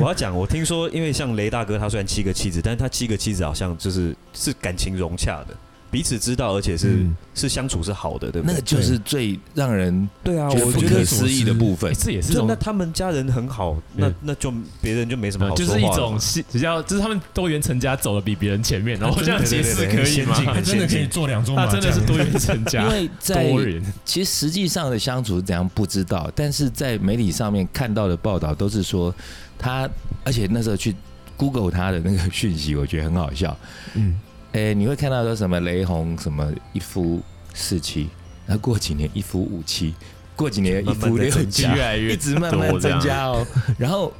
Speaker 3: [laughs] 我要讲，我听说，因为像雷大哥他虽然七个妻子，但是他七个妻子好像就是是感情融洽的，彼此知道，而且是、
Speaker 1: 嗯
Speaker 3: 是相处是好的，对不
Speaker 4: 那
Speaker 3: 对
Speaker 4: 个？就是最让人
Speaker 3: 对啊
Speaker 4: 觉得
Speaker 3: 我
Speaker 4: 不
Speaker 3: 觉
Speaker 4: 可
Speaker 3: 得
Speaker 4: 思议的部分
Speaker 2: 哎。这也是一
Speaker 3: 就那
Speaker 2: 种，
Speaker 3: 他们家人很好，那
Speaker 2: 嗯
Speaker 3: 那就别人就没什么好
Speaker 2: 就
Speaker 3: 说话
Speaker 2: 是
Speaker 3: 了
Speaker 2: 一种是比较，就是他们多元成家走的比别人前面，然后
Speaker 3: 啊
Speaker 2: 这样解释
Speaker 3: 对
Speaker 2: 可
Speaker 3: 对对
Speaker 2: 以吗
Speaker 3: 先？进
Speaker 1: 他哎真的可以做两桌麻
Speaker 2: 他
Speaker 1: 将，
Speaker 2: 啊真的是多元成家
Speaker 4: [laughs] 因，为在
Speaker 2: 多元
Speaker 4: 其实实际上的相处是怎样不知道，但是在媒体上面看到的报道都是说他，而且那时候去 Google 他的那个讯息，我觉得很好笑。 [laughs]
Speaker 1: 嗯，
Speaker 4: 诶、你会看到说什么雷洪什么一夫四妻，然后过几年一夫五妻，过几年一
Speaker 3: 慢慢
Speaker 4: 夫
Speaker 3: 地
Speaker 4: 六
Speaker 3: 增
Speaker 4: 妻，
Speaker 2: 越来越
Speaker 4: 一直慢慢
Speaker 2: 多这
Speaker 4: 增
Speaker 2: 样
Speaker 4: 加哦。然后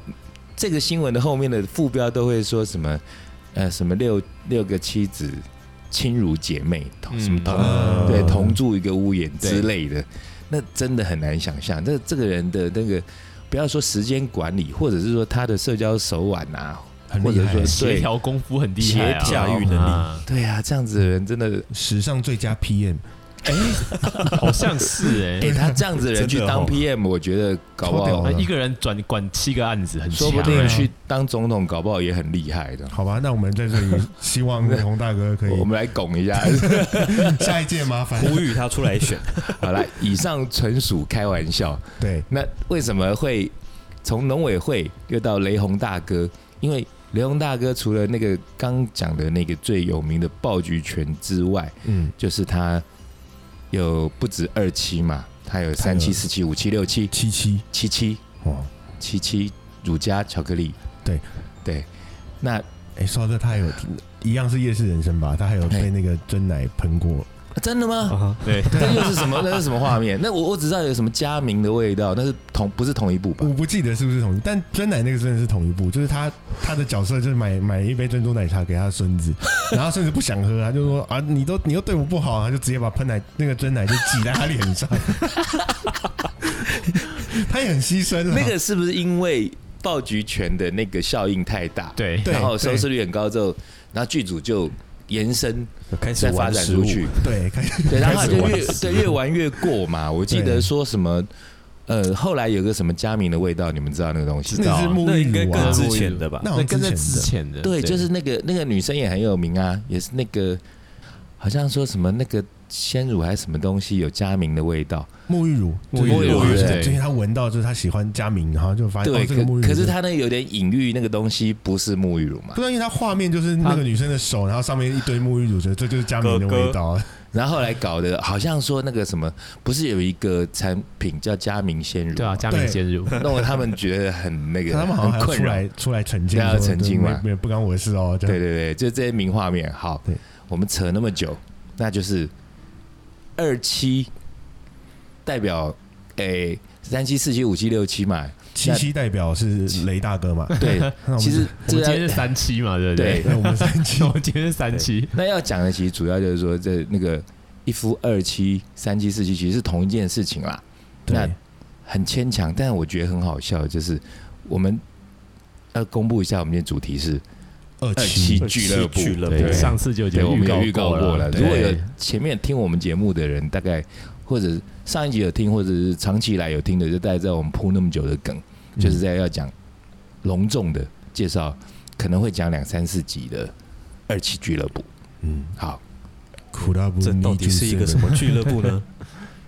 Speaker 4: 这个新闻的后面的副标都会说什么呃什么六六个妻子亲如姐妹，同什么
Speaker 2: 嗯
Speaker 4: 同、
Speaker 1: 啊
Speaker 4: 对同住一个屋檐
Speaker 2: 对
Speaker 4: 之类的，那真的很难想象。这这个人的那个不要说时间管理，或者是说他的社交手腕啊，
Speaker 1: 很
Speaker 4: 或者
Speaker 1: 厉害
Speaker 4: 说。
Speaker 2: 协调功夫很厉害啊，
Speaker 3: 协调能力
Speaker 2: 啊
Speaker 4: 对啊，这样子的人真的，
Speaker 1: 史上最佳 PM，
Speaker 2: [laughs] 好像是哎
Speaker 4: 给、他这样子的人去
Speaker 3: 真的
Speaker 4: 当
Speaker 3: 哦
Speaker 4: PM，、我觉得搞不
Speaker 1: 超屌
Speaker 4: 好
Speaker 2: 他
Speaker 1: 的，
Speaker 2: 呃一个人转管七个案子很强
Speaker 4: 哦说
Speaker 2: 欸，
Speaker 4: 不定去当总统，搞不好也很厉害的。
Speaker 1: 好吧，那我们在这里希望雷洪大哥可以
Speaker 4: 我们来拱一下。
Speaker 1: 下一届麻烦。
Speaker 3: 呼吁他出来选，
Speaker 4: 好了，以上纯属开玩笑。
Speaker 1: 对，
Speaker 4: 那为什么会从农委会又到雷洪大哥？因为雷洪大哥除了那个刚讲的那个最有名的爆菊拳之外，
Speaker 1: 嗯，
Speaker 4: 就是他有不止二期嘛，他有三
Speaker 1: 他
Speaker 4: 期、
Speaker 1: 有
Speaker 4: 四期、五期、六期、
Speaker 1: 七七
Speaker 4: 七期、
Speaker 1: 哦，
Speaker 4: 七期乳加巧克力。
Speaker 1: 对
Speaker 4: 对，那
Speaker 1: 哎，说到这他还有一样是夜市人生吧，他还有被那个真奶喷过，
Speaker 4: 真的吗？
Speaker 2: 对，
Speaker 4: 这又是什么？那是什么画面？那我我只知道有什么佳明的味道，那是同不是同一部吧
Speaker 1: 我？不记得是不是同一，但真奶那个真的是同一部，就是他他的角色就是买买一杯珍珠奶茶给他孙子， [laughs] 然后孙子不想喝，他就说啊，你都你又对我不好，他就直接把喷奶那个真奶就挤在他脸 [laughs] 上，他也很牺牲了， [laughs] 啊
Speaker 4: 那个是不是因为爆菊拳的那个效应太大，
Speaker 2: 对
Speaker 1: 对
Speaker 4: 然后收视率很高之后，然后剧组就延伸
Speaker 3: 开始
Speaker 4: 再发
Speaker 3: 玩
Speaker 4: 展
Speaker 3: 食物
Speaker 4: 出，去，
Speaker 1: 对，开始
Speaker 4: 对，然后
Speaker 1: 开
Speaker 4: 他
Speaker 1: 始
Speaker 4: 就
Speaker 1: 玩
Speaker 4: 越对越玩越过嘛。我记
Speaker 1: 对
Speaker 4: 得说什么，呃，后来有个什么加明的味道，你们知道那个东西？
Speaker 1: 那是沐
Speaker 3: 那应该
Speaker 1: 浴露啊
Speaker 3: 更，之
Speaker 2: 之
Speaker 3: 前
Speaker 2: 前
Speaker 3: 的
Speaker 2: 的
Speaker 3: 吧？
Speaker 1: 那
Speaker 2: 对，
Speaker 1: 我
Speaker 2: 跟在哦之
Speaker 1: 前
Speaker 2: 前的，
Speaker 4: 对，就是那个那个女生也很有名啊，也是那个好像说什么那个鲜乳还是什么东西有加明的味道，
Speaker 1: 的沐浴乳，
Speaker 2: 沐浴乳
Speaker 1: 就是
Speaker 4: 对
Speaker 1: 就是他闻到就是他喜欢佳明，然后就发现
Speaker 4: 对，
Speaker 1: 哦这个沐浴乳
Speaker 4: 可可是它那有点隐喻，那个东西不是沐浴乳嘛
Speaker 1: 不。然因为他画面就是那个女生的手，然后上面一堆沐浴乳，觉得这就是佳明的味道。啊
Speaker 4: 然后后来搞的好像说那个什么，不是有一个产品叫加明鲜乳，
Speaker 2: 对啊，，加冕鲜乳，
Speaker 4: 弄得他们觉得很那
Speaker 1: 可
Speaker 4: 个，
Speaker 1: 他们好像还
Speaker 4: 很
Speaker 1: 要
Speaker 4: 困
Speaker 1: 出
Speaker 4: 扰。
Speaker 1: 来出来澄清，
Speaker 4: 对啊
Speaker 1: 说
Speaker 4: 澄清嘛
Speaker 1: 没没有不干我的事哦。这样
Speaker 4: 对对对，就这些名画面。好
Speaker 1: 对，
Speaker 4: 我们扯那么久，那就是二期代表诶三期、四期、五期、六期嘛。
Speaker 1: 七七代表是雷大哥
Speaker 4: [laughs]
Speaker 1: 嘛？
Speaker 4: 对，
Speaker 1: [laughs] 那我们
Speaker 4: 其实
Speaker 2: 我
Speaker 4: 这
Speaker 2: 们今天
Speaker 4: 个
Speaker 2: 是三期嘛，对不
Speaker 4: 对
Speaker 2: 对？
Speaker 1: 那我们三
Speaker 4: [laughs]
Speaker 1: 七
Speaker 2: [laughs] 我们今天是三期，
Speaker 4: 那要讲的其实主要就是说，这那个一夫二妻、三妻、四妻其实是同一件事情啦，那
Speaker 1: 对
Speaker 4: 很牵强，但我觉得很好笑，就是我们要公布一下我们今天主题是
Speaker 1: 二
Speaker 4: 二
Speaker 1: 七
Speaker 4: 七
Speaker 3: 二
Speaker 4: 俱
Speaker 3: 七
Speaker 4: 乐部，
Speaker 3: 俱乐部
Speaker 4: 对
Speaker 3: 对
Speaker 2: 上次就已经
Speaker 4: 对，我们有预告
Speaker 2: 告
Speaker 4: 过了。
Speaker 2: 了。
Speaker 4: 如果有
Speaker 2: 对
Speaker 4: 前面听我们节目的人，大概或者上一集有听，或者是长期以来有听的，就大概知道我们铺那么久的梗，
Speaker 1: 嗯
Speaker 4: 就是在要讲隆重的介绍，可能会讲两三四集的二期俱乐部。
Speaker 1: 嗯，
Speaker 4: 好，
Speaker 1: 苦到不
Speaker 3: 这到底是一个什？么俱乐部呢？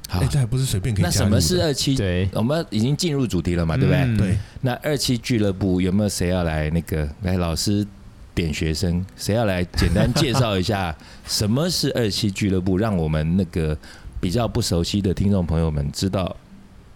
Speaker 4: 好，
Speaker 1: 哎，这还不是随便可以
Speaker 4: 那
Speaker 1: 加
Speaker 4: 什
Speaker 1: 入的
Speaker 4: 么是二期？
Speaker 2: 对
Speaker 4: 我们已经进入主题了嘛，对不对？
Speaker 2: 嗯
Speaker 1: 对，
Speaker 4: 那二期俱乐部有没有谁要来那个来老师点学生？谁要来简单介绍一下什么是二期俱乐部，让我们那个比较不熟悉的听众朋友们知道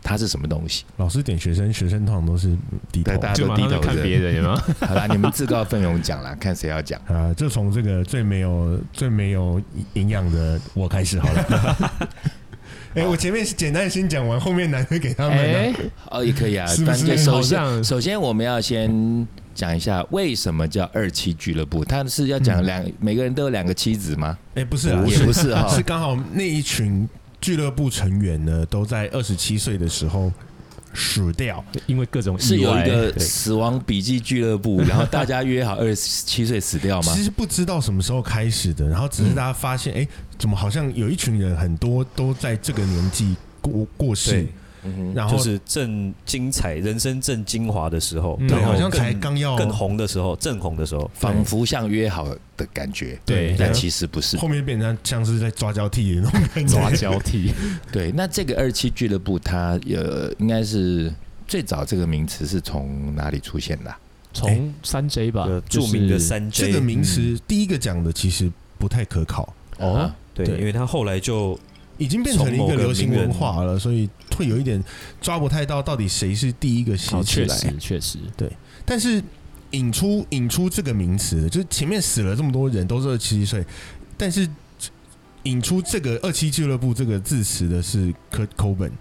Speaker 4: 它是什么东 [laughs] 西？
Speaker 1: 老师点学生，学生通常都是低头
Speaker 4: 对大家
Speaker 2: 就马上在看别人有没有？
Speaker 4: 好啦，你们自告奋勇讲啦，看谁要 [laughs] 讲。
Speaker 1: 啊，就从这个最没有最没有营养的我开始好了。
Speaker 4: [laughs]
Speaker 1: [laughs] 哎，我前面是简单的先讲完，后面难的给他们啊。
Speaker 2: 哎，
Speaker 4: 哦，也可以啊，
Speaker 1: 是不
Speaker 4: 但
Speaker 1: 是
Speaker 4: 首
Speaker 2: 好像
Speaker 4: 先首先我们要先讲一下为什么叫二期俱乐部？它是要讲两、每个人都有两个妻子吗？
Speaker 1: 哎，不
Speaker 3: 哦
Speaker 1: 是啊，
Speaker 4: 也不是哈、
Speaker 1: 是刚好那一群俱乐部成员呢，都在二十七岁的时候死掉。
Speaker 2: 因为各种
Speaker 4: 是
Speaker 2: 意
Speaker 4: 有
Speaker 2: 外
Speaker 4: 一个
Speaker 2: 对
Speaker 4: 死亡笔记俱乐 [laughs] 部，然后大家约好二十七岁死掉吗
Speaker 1: 其？实不知道什么时候开始的，然后只是大家发现，哎、怎么好像有一群人很多都在这个年纪过过世
Speaker 3: 对，，
Speaker 4: 嗯
Speaker 1: 然后、
Speaker 3: 就是正精彩、人生正精华的时候，
Speaker 2: 嗯
Speaker 1: 对，
Speaker 3: 然后
Speaker 1: 好像
Speaker 3: 更
Speaker 1: 才刚要
Speaker 3: 更红的时候，正红的时候，
Speaker 4: 仿佛像约好的感觉，
Speaker 2: 对
Speaker 4: 但其实不是。
Speaker 1: 后面变成像是在抓交替的那种感觉。
Speaker 2: 抓交替，
Speaker 4: [laughs] 对，那这个二期俱乐部，它呃，应该是最早这个名词是从哪里出现的啊、
Speaker 2: 从三 J 吧
Speaker 3: 呃，著名的
Speaker 2: 啊就是
Speaker 3: 三
Speaker 1: 这个
Speaker 3: J，
Speaker 1: 名词、第一个讲的其实不太可靠，
Speaker 4: 啊
Speaker 2: 哦，
Speaker 3: 对，
Speaker 1: 对
Speaker 3: 因为他后来就
Speaker 1: 已经变成了一
Speaker 3: 从某个
Speaker 1: 流行文化了，所以会有一点抓不太到到底谁是第一个写
Speaker 2: 好
Speaker 1: 起
Speaker 2: 确
Speaker 1: 来。
Speaker 2: 实确实，
Speaker 1: 但是引出引出这个名词，就是前面死了这么多人都是二七岁，但是引出这个二七俱乐部这个字词的是 Kurt Cobain，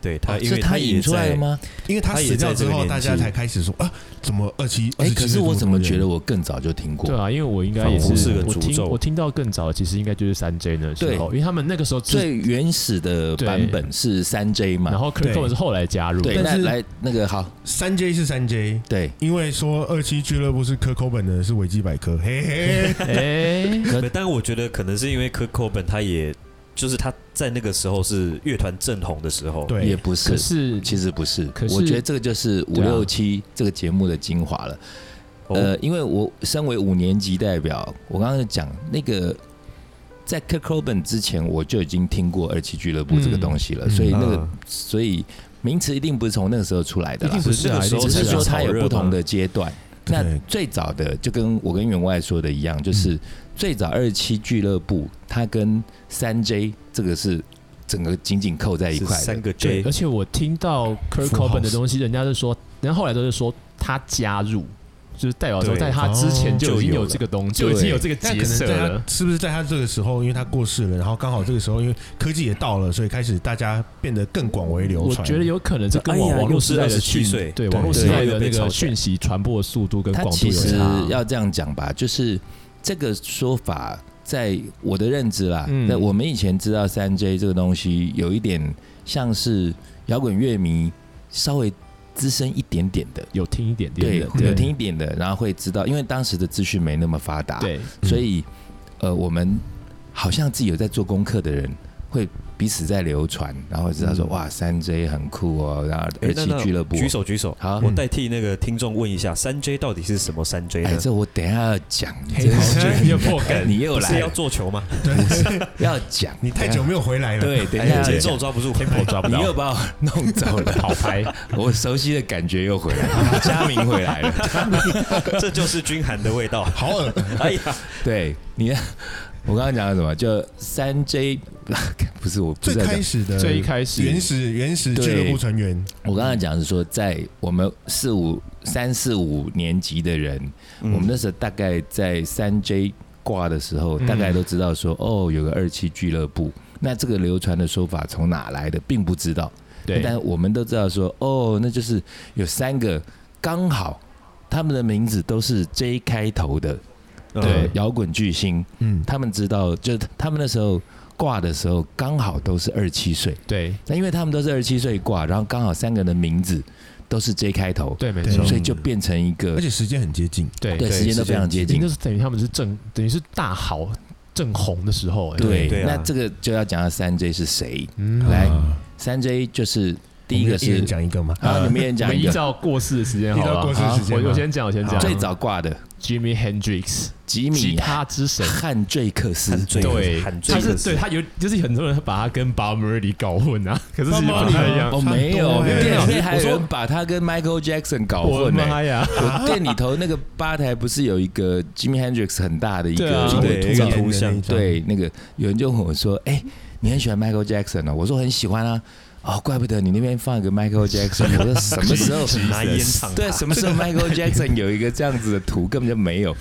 Speaker 3: 对他，
Speaker 4: 哦
Speaker 3: 因
Speaker 4: 是
Speaker 3: 为
Speaker 4: 他
Speaker 3: 也
Speaker 4: 引出来
Speaker 3: 在
Speaker 4: 的？吗？
Speaker 1: 因为他
Speaker 3: 他也
Speaker 1: 死掉
Speaker 3: 在这
Speaker 1: 之
Speaker 3: 个
Speaker 1: 后，
Speaker 3: 年纪
Speaker 1: 大家才开始说啊，怎么二七？
Speaker 4: 哎、
Speaker 1: 27
Speaker 4: 可是我怎么觉得
Speaker 1: 我
Speaker 4: 我更早就听过？
Speaker 2: 对啊，因为我应该也
Speaker 3: 仿佛是个
Speaker 2: 我
Speaker 3: 诅
Speaker 2: 听
Speaker 3: 咒
Speaker 2: 我听到更早，其实应该就是三 J 那时候，因为他们那个时候最，
Speaker 4: 最原始的版本是三 J
Speaker 2: 然
Speaker 4: 嘛？
Speaker 2: 后 c
Speaker 1: 对
Speaker 2: o r 是后来加入的，
Speaker 4: 对，
Speaker 1: 但
Speaker 4: 那
Speaker 1: 是
Speaker 4: 来那个好，
Speaker 1: 三 J 是三 J？
Speaker 4: 对，
Speaker 1: 因为说二七俱乐部是 Kurt Cobain 的，是维基百科，嘿嘿。
Speaker 2: 哎，
Speaker 3: 对但我觉得可能是因为 Kurt Cobain 他也就是他在那个时候是乐团正红的时候，
Speaker 4: 也
Speaker 1: 对，
Speaker 4: 不是
Speaker 2: 可，是
Speaker 4: 其实不是
Speaker 2: 可，是
Speaker 4: 我觉得这个就是五
Speaker 2: 对啊
Speaker 4: 六七这个节目的精华了。
Speaker 3: 哦
Speaker 4: 呃，因为我身为五年级代表，我刚刚讲那个在 k i r k o b a n 之前，我就已经听过二期俱乐部这个东西了，
Speaker 1: 嗯
Speaker 4: 所以那个、
Speaker 3: 嗯
Speaker 4: 所以名词一定不是从那个时候出来的
Speaker 2: 一
Speaker 4: 啦
Speaker 2: 定，不是啊，
Speaker 3: 只是那个时候
Speaker 4: 只
Speaker 2: 一定
Speaker 4: 是
Speaker 2: 不啊
Speaker 4: 说
Speaker 3: 才
Speaker 4: 它有不同
Speaker 3: 炒热
Speaker 4: 的阶段。
Speaker 1: 对
Speaker 4: 那最早的就跟我跟员外说的一样，就是最早二期俱乐部，它跟三 J 这个是整个紧紧扣在一
Speaker 3: 是
Speaker 4: 块的
Speaker 3: 三。个
Speaker 2: 对，
Speaker 3: J，
Speaker 2: 而且我听到 k i r
Speaker 1: Full
Speaker 2: k o b a n
Speaker 1: House
Speaker 2: 的东西，人家就说，人家后来都是说他加入，就是代表说
Speaker 3: 对
Speaker 2: 在他之前
Speaker 1: 哦
Speaker 2: 就已经
Speaker 3: 就有
Speaker 2: 有
Speaker 3: 了
Speaker 2: 这个东西，
Speaker 4: 对
Speaker 2: 就已经有这个
Speaker 1: 但
Speaker 2: 角
Speaker 1: 可能
Speaker 2: 色
Speaker 1: 在他
Speaker 2: 了。
Speaker 1: 是不是在他这个时候，因为他过世了，然后刚好这个时候，因为科技也到了，所以开始大家变得更广为流
Speaker 2: 我
Speaker 1: 传。
Speaker 2: 觉
Speaker 1: [laughs]
Speaker 2: 得有可能是跟
Speaker 3: 哎
Speaker 2: 网
Speaker 3: 呀
Speaker 2: 网络时代
Speaker 3: 又
Speaker 2: 的
Speaker 3: 是27
Speaker 2: 讯
Speaker 3: 岁
Speaker 1: 对
Speaker 2: 对网络时代的
Speaker 3: 对
Speaker 2: 那
Speaker 3: 又被炒
Speaker 2: 个
Speaker 3: 起来
Speaker 2: 讯息传播速度跟
Speaker 4: 他
Speaker 2: 广度
Speaker 4: 其
Speaker 2: 有
Speaker 4: 实
Speaker 2: 差。
Speaker 4: 要这样讲吧，就是这个说法，在我的认知啦，
Speaker 2: 嗯
Speaker 4: 那、我们以前知道三 J 这个东西，有一点像是摇滚乐迷稍微资深一点点的，
Speaker 2: 有听一点点
Speaker 4: 对
Speaker 2: 的，，
Speaker 4: 有听一点的，然后会知道，因为当时的资讯没那么发达，，
Speaker 2: 对，
Speaker 1: 嗯
Speaker 4: 所以呃，我们好像自己有在做功课的人，会彼此在流传，然后知道说、
Speaker 3: 嗯
Speaker 4: 哇，三 J 很酷哦，然后
Speaker 3: 哎
Speaker 4: 二
Speaker 3: 那
Speaker 4: 期
Speaker 3: 那
Speaker 4: 俱乐部，
Speaker 3: 举啊手举手，
Speaker 4: 好
Speaker 3: 我。代替那个听众问一下，三 J 到底是什么三 J
Speaker 4: 哎，
Speaker 3: 呢？
Speaker 4: 这我等一下要讲，
Speaker 2: 黑桃卷又破
Speaker 4: 哎
Speaker 2: 梗，
Speaker 4: [laughs] 你又
Speaker 3: 不
Speaker 4: 来
Speaker 3: 是要
Speaker 4: 了，
Speaker 3: 做球吗？
Speaker 4: 要讲，
Speaker 1: 你太久没有回来了，
Speaker 4: 等一下对，等一
Speaker 3: 哎
Speaker 4: 下
Speaker 3: 节
Speaker 4: 要
Speaker 3: 奏
Speaker 4: 讲，
Speaker 3: 抓不住，
Speaker 2: tempo 抓不
Speaker 4: 你
Speaker 2: 到，
Speaker 4: 又把我弄
Speaker 2: [laughs]
Speaker 4: 走了，
Speaker 2: 跑拍，
Speaker 4: 我熟悉的感觉又回来了，佳明回来了。
Speaker 3: 这就是军韩的味道。
Speaker 1: 好恶，
Speaker 3: [laughs] 哎呀，
Speaker 4: 对你，我刚刚讲的什么？就三 J，不 [laughs] 是我不
Speaker 1: 最
Speaker 4: 是在
Speaker 1: 开
Speaker 4: 讲，
Speaker 1: 始的
Speaker 2: 最一开始
Speaker 1: 原始原始
Speaker 4: 对
Speaker 1: 俱乐部成员，
Speaker 4: 我刚刚讲的是说，在我们四五三四五年级的人，我们那时候大概在三 J 挂的时候，
Speaker 2: 嗯
Speaker 4: 大概都知道说，哦，有个二期俱乐部。那这个流传的说法从哪来的，并不知道。
Speaker 2: 对，
Speaker 4: 但我们都知道说，哦，那就是有三个刚好他们的名字都是 J 开头的，
Speaker 3: 嗯
Speaker 4: 对
Speaker 2: 对，
Speaker 4: 摇滚巨星。
Speaker 1: 嗯，
Speaker 4: 他们知道，就是他们那时候挂的时候刚好都是二十七岁，
Speaker 2: 对
Speaker 4: 那因为他们都是二十七岁挂，然后刚好三个人的名字都是 J 开头，
Speaker 2: 对，没
Speaker 1: 对
Speaker 2: 错，
Speaker 4: 所以就变成一个
Speaker 1: 而且时间很接近，
Speaker 2: 对
Speaker 4: 对时间都非常接
Speaker 2: 已经就。
Speaker 4: 近
Speaker 2: 是等于他们是正，等于是大好正红的时候，哎
Speaker 4: 对，
Speaker 3: 对啊
Speaker 4: 那这个就要讲到三 J 是谁？
Speaker 2: 嗯，
Speaker 4: 来
Speaker 1: 啊
Speaker 4: 三 J 就是第一个
Speaker 1: 我们一人
Speaker 4: 是
Speaker 1: 讲一个嘛，
Speaker 4: 啊，你们一人
Speaker 2: 呃我
Speaker 4: 讲
Speaker 2: 们
Speaker 4: 一
Speaker 2: 依
Speaker 4: 个
Speaker 2: 照过世的时间好
Speaker 1: 依照
Speaker 2: 了，
Speaker 1: 过世的时间
Speaker 2: 好我
Speaker 1: 吗
Speaker 2: 我先讲，我先
Speaker 1: 好
Speaker 2: 讲，
Speaker 4: 最早挂的
Speaker 2: Jimmy Hendrix
Speaker 4: 吉
Speaker 2: 吉
Speaker 4: 米
Speaker 2: 他之神。
Speaker 4: 汉瑞克斯
Speaker 3: 喊，最
Speaker 2: 对，
Speaker 3: 喊最
Speaker 2: 他是
Speaker 3: 可
Speaker 2: 对他有，就是很多人把他跟 Bob Marley 搞混啊，可是其实不
Speaker 1: Bob
Speaker 2: 太
Speaker 1: Marley
Speaker 2: 一样。
Speaker 4: 哦，没有，
Speaker 1: 很多欸
Speaker 4: 店
Speaker 2: 没
Speaker 4: 里
Speaker 2: 有
Speaker 4: 还有
Speaker 2: 我说
Speaker 4: 人把他跟 Michael Jackson 搞
Speaker 2: 我
Speaker 4: 混欸
Speaker 2: 的
Speaker 4: 呢。
Speaker 2: 妈呀！
Speaker 4: 我店里头那个吧台不是有一个 Jimmy Hendrix 很大的一
Speaker 2: 对
Speaker 4: 个
Speaker 2: 啊
Speaker 4: 一
Speaker 3: 对
Speaker 4: 个
Speaker 3: 一
Speaker 4: 图
Speaker 3: 个
Speaker 4: 像，
Speaker 3: 图像，
Speaker 4: 对，那个有人就问我说：“哎、你很喜欢 Michael Jackson 哦？”我说：“很喜欢啊。”哦，怪不得你那边放一个 Michael Jackson。我说 [laughs] 什么时候？
Speaker 3: 拿烟 [laughs] 烫他，
Speaker 4: 对，什么时候 Michael Jackson 有一个这样子的图，根本就没有。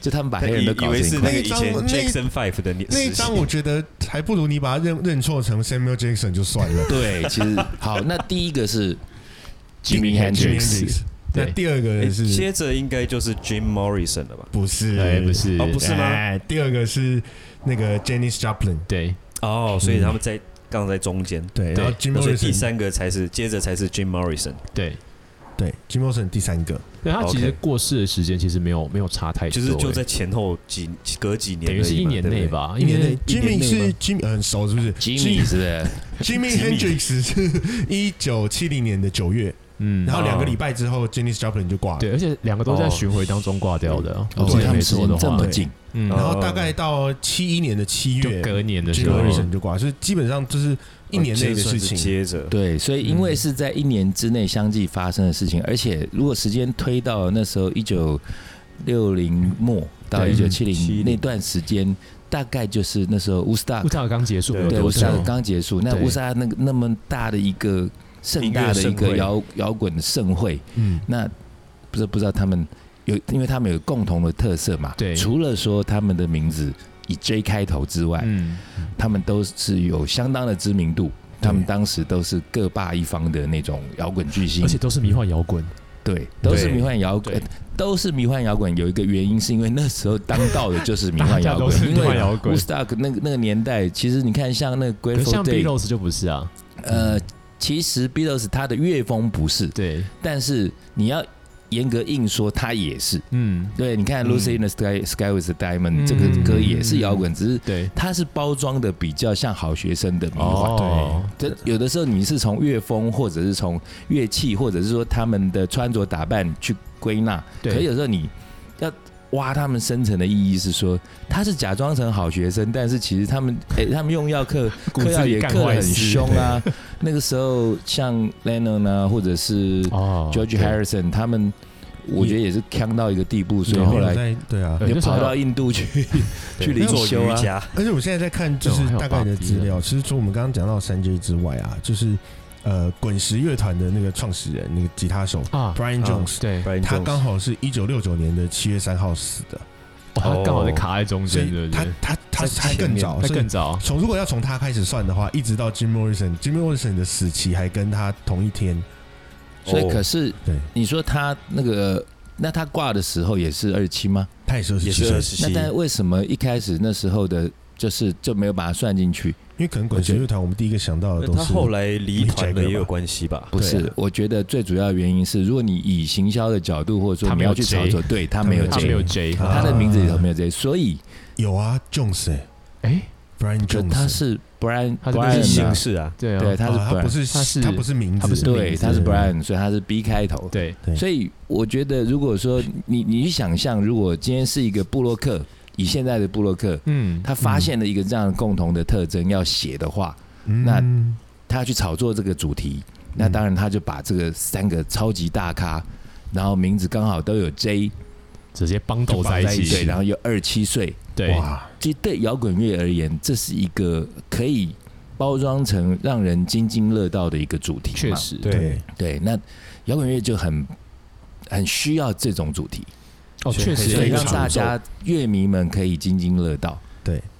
Speaker 4: 就他们把
Speaker 3: 他
Speaker 4: 黑人
Speaker 3: 以
Speaker 4: 都
Speaker 3: 以
Speaker 4: 搞
Speaker 3: 为
Speaker 4: 成
Speaker 3: 是
Speaker 4: 一
Speaker 3: 那
Speaker 4: 块
Speaker 3: 个
Speaker 1: 那
Speaker 3: 以
Speaker 1: 一张
Speaker 3: 前
Speaker 1: 那
Speaker 3: Jackson Five 的年
Speaker 1: 那一
Speaker 3: 时
Speaker 1: 张
Speaker 3: 期
Speaker 1: 我觉得还不如你把它认认错成 Samuel Jackson 就算了。
Speaker 4: 对，其实好，那第一个是
Speaker 2: Jimi
Speaker 4: Jimi
Speaker 1: Jimi
Speaker 4: Hendrix，
Speaker 1: Hendrix 那
Speaker 2: 对
Speaker 1: 第二个
Speaker 3: 诶
Speaker 1: 是
Speaker 3: 哎接着应该就是 Jim Morrison 了吧？
Speaker 1: 不是？
Speaker 2: 哎，不是，
Speaker 3: 哦不是吗
Speaker 1: 哎第二个是那个 Janis Joplin，
Speaker 2: 对，
Speaker 3: 哦，所以他们在刚在中间，
Speaker 1: 对，然后 Jim
Speaker 3: 那所以第
Speaker 1: Morrison，
Speaker 3: 三个才是接着才是 Jim Morrison，
Speaker 2: 对，
Speaker 1: 对，Jim Morrison 第三个，
Speaker 2: 对他其
Speaker 3: OK
Speaker 2: 实过世的时间其实没有没有差太多，
Speaker 3: 就是就
Speaker 2: 哎
Speaker 3: 在前后几隔几
Speaker 2: 等
Speaker 3: 年而已嘛，
Speaker 2: 于是一年
Speaker 3: 对不对
Speaker 2: 内，吧，
Speaker 1: 一年内
Speaker 2: 哦一年
Speaker 1: ，Jimmy
Speaker 2: 内
Speaker 1: 是
Speaker 2: 吗
Speaker 1: Jim 很熟是不是
Speaker 4: Jimmy 是不是？
Speaker 1: Jimmy Hendrix [laughs] 是一九七零年的九月，
Speaker 2: 嗯
Speaker 1: 然，后两个礼拜之后，Janis Joplin 就挂了。
Speaker 2: 对，而且两个都在
Speaker 3: 哦
Speaker 2: 巡回当中挂掉的，
Speaker 4: 哦
Speaker 2: 我，记
Speaker 4: 所以
Speaker 2: 得
Speaker 4: 他
Speaker 2: 没
Speaker 4: 们时
Speaker 2: 错的
Speaker 4: 间这
Speaker 2: 话
Speaker 4: 么，近，
Speaker 2: 嗯，
Speaker 1: 然
Speaker 2: 然后
Speaker 1: 后大概到七一年的七
Speaker 2: 就
Speaker 1: 月
Speaker 2: 隔年的
Speaker 1: ，Jim
Speaker 2: 时候，
Speaker 1: Morrison 就挂，所以基本上就是一年内的事
Speaker 3: 这算是
Speaker 1: 情。
Speaker 3: 接着
Speaker 4: 对，所以因为是在一年之内相继发生的事情，而且如果时间推到那时候一九六零末到一
Speaker 2: 对
Speaker 4: 九七零
Speaker 3: 70
Speaker 4: 那段时间，大概就是那时候乌斯达
Speaker 2: 乌塔尔刚结束没有
Speaker 4: 对乌
Speaker 2: 多
Speaker 4: 斯
Speaker 2: 久
Speaker 4: 达，刚结束，那
Speaker 2: 对
Speaker 4: 乌斯达那个那么大的一个盛大
Speaker 3: 音乐
Speaker 4: 的一
Speaker 3: 盛
Speaker 4: 个
Speaker 3: 会
Speaker 4: 摇摇滚盛会，
Speaker 1: 嗯，
Speaker 4: 那不是不知道他们有，因为他们有共同的特色嘛，
Speaker 2: 对
Speaker 4: 除了说他们的名字以 J 开头之外，
Speaker 2: 嗯，
Speaker 4: 他们都是有相当的知名度，他们当时都是各霸一方的那种摇滚巨星
Speaker 2: 而，且都是迷幻摇滚，
Speaker 4: 嗯对，都是迷幻摇滚
Speaker 2: 对，
Speaker 4: 都是迷幻摇滚。有一个原因是因为那时候当道的就是迷幻
Speaker 2: 大
Speaker 4: 摇
Speaker 2: 家都是
Speaker 4: 滚，因
Speaker 2: 迷幻
Speaker 4: 为
Speaker 2: 摇滚
Speaker 4: Woodstock 那个那个年代，其实你看像那个
Speaker 2: 可是
Speaker 4: Grateful
Speaker 2: 像
Speaker 4: Dead，
Speaker 2: Beatles 就不是啊，
Speaker 4: 呃，其实 Beatles 它的乐风不是，
Speaker 2: 对，
Speaker 4: 但是你要严格硬说，它也是。
Speaker 2: 嗯，
Speaker 4: 对，你看
Speaker 3: 嗯
Speaker 4: Lucy in the Sky Sky with the Diamond、
Speaker 2: 嗯
Speaker 4: 这个歌也是摇滚，只是
Speaker 2: 对，
Speaker 4: 它是包装的比较像好学生的迷幻。
Speaker 2: 哦，
Speaker 4: 这有的时候你是从乐风，或者是从乐器，或者是说他们的穿着打扮去归纳。可
Speaker 2: 对
Speaker 4: 是有时候你要挖他们深层的意义是说，他是假装成好学生，但是其实他
Speaker 2: [laughs]
Speaker 4: 们，诶，他们用药课
Speaker 2: 骨
Speaker 4: 嗑
Speaker 2: 子
Speaker 4: 药
Speaker 2: 里
Speaker 4: 也
Speaker 2: 干
Speaker 4: 嗑得
Speaker 2: 坏
Speaker 4: 很
Speaker 2: 事
Speaker 4: 凶
Speaker 2: [laughs]
Speaker 4: 啊。那个时候像 Lennon 啊，或者是
Speaker 2: 哦
Speaker 4: George
Speaker 2: 对
Speaker 4: Harrison，他们我觉得也是呛到一个地步，所
Speaker 2: 对
Speaker 4: 以后来
Speaker 1: 在对啊，
Speaker 2: 对
Speaker 4: 就
Speaker 2: 呃那时候
Speaker 4: 跑到
Speaker 2: 还有
Speaker 4: 印度
Speaker 2: [laughs]
Speaker 4: 去去灵
Speaker 3: 做
Speaker 4: 修
Speaker 3: 瑜
Speaker 4: 啊。
Speaker 3: 伽，
Speaker 1: 而且我现在在看，就是
Speaker 2: 对还有
Speaker 1: 大概的
Speaker 2: 芭比
Speaker 1: 资料。
Speaker 2: 的
Speaker 1: 其实除我们刚刚讲到三 J 之外啊，就是呃，滚石乐团的那个创始人，那个吉他手
Speaker 2: 啊，
Speaker 1: Brian
Speaker 3: 啊
Speaker 1: Jones，
Speaker 2: 对，
Speaker 3: Brian
Speaker 1: 他
Speaker 3: Jones
Speaker 1: 刚好是一九六九年的七月三号死的，
Speaker 2: 哇他
Speaker 4: Oh
Speaker 2: 刚好在卡在中
Speaker 1: 所
Speaker 2: 间，嗯对
Speaker 1: 以
Speaker 2: 不
Speaker 1: 他
Speaker 2: 对？
Speaker 1: 他他
Speaker 3: 在
Speaker 1: 他
Speaker 3: 前
Speaker 1: 更
Speaker 3: 面
Speaker 1: 早，
Speaker 2: 他
Speaker 1: 所以
Speaker 2: 更早，
Speaker 1: 从如果要从他开始算的话，一直到 Jim Morrison，Jim Morrison 的死期还跟他同一天。
Speaker 4: 所以
Speaker 3: 哦
Speaker 4: 可是
Speaker 1: 对，
Speaker 4: 你说他那个，那他挂的时候也是二七吗？
Speaker 1: 他也是二十
Speaker 3: 也
Speaker 1: 七
Speaker 3: 是
Speaker 1: 岁
Speaker 3: 二，十
Speaker 4: 那
Speaker 3: 七，
Speaker 4: 但为什么一开始那时候的就是就没有把它算进去。
Speaker 1: 因为可能滚石乐团，我们第一个想到的
Speaker 3: 那
Speaker 1: 都
Speaker 3: 他
Speaker 1: 是
Speaker 3: 后来离团
Speaker 1: 没
Speaker 3: 的
Speaker 1: 辙吧
Speaker 3: 也有关系吧？
Speaker 4: 不
Speaker 1: 对
Speaker 4: 是
Speaker 1: 啊，
Speaker 4: 我觉得最主要原因是，如果你以行销的角度，或者说
Speaker 2: 他
Speaker 4: 你
Speaker 2: 没有
Speaker 4: 要去炒作，对他没有
Speaker 2: 他没有
Speaker 4: J，
Speaker 2: J，
Speaker 1: 啊
Speaker 4: 他的名字里头没有 J，所以
Speaker 1: 有啊，Jones 欸
Speaker 2: 哎，
Speaker 1: Brian
Speaker 4: 就
Speaker 1: Jones，
Speaker 4: 他是 Brian，
Speaker 2: 他是
Speaker 4: Brian
Speaker 3: 是
Speaker 4: 啊
Speaker 3: 姓氏啊，
Speaker 2: 对
Speaker 4: 对，
Speaker 2: 啊，
Speaker 4: 他是
Speaker 1: 啊他不
Speaker 4: Brian，
Speaker 1: 是
Speaker 2: 他是
Speaker 1: 他不是名字，
Speaker 2: 他不是
Speaker 4: 对，他是
Speaker 1: 名字
Speaker 4: Brian，所以他是 B 开头。
Speaker 2: 对，
Speaker 1: 对
Speaker 4: 所以我觉得，如果说你你去想象，如果今天是一个布洛克，以现在的布洛克，
Speaker 2: 嗯，
Speaker 4: 他发现了一个这样共同的特征要写的话，
Speaker 1: 嗯
Speaker 4: 那他要去炒作这个主题，那当然他就把这个三个超级大咖，然后名字刚好都有 J
Speaker 2: 直接帮斗
Speaker 4: 就
Speaker 2: 在
Speaker 4: 绑
Speaker 2: 一
Speaker 4: 在一
Speaker 2: 起，
Speaker 4: 起，然后又二七岁，
Speaker 2: 对，
Speaker 1: 哇，
Speaker 4: 其实对摇滚乐而言，这是一个可以包装成让人津津乐道的一个主题嘛。
Speaker 2: 确实，
Speaker 1: 对，
Speaker 4: 对，那摇滚乐就很很需要这种主题，
Speaker 2: 哦，确
Speaker 1: 对
Speaker 2: 实
Speaker 4: 所以
Speaker 1: 非常
Speaker 4: 让大家乐迷们可以津津乐道。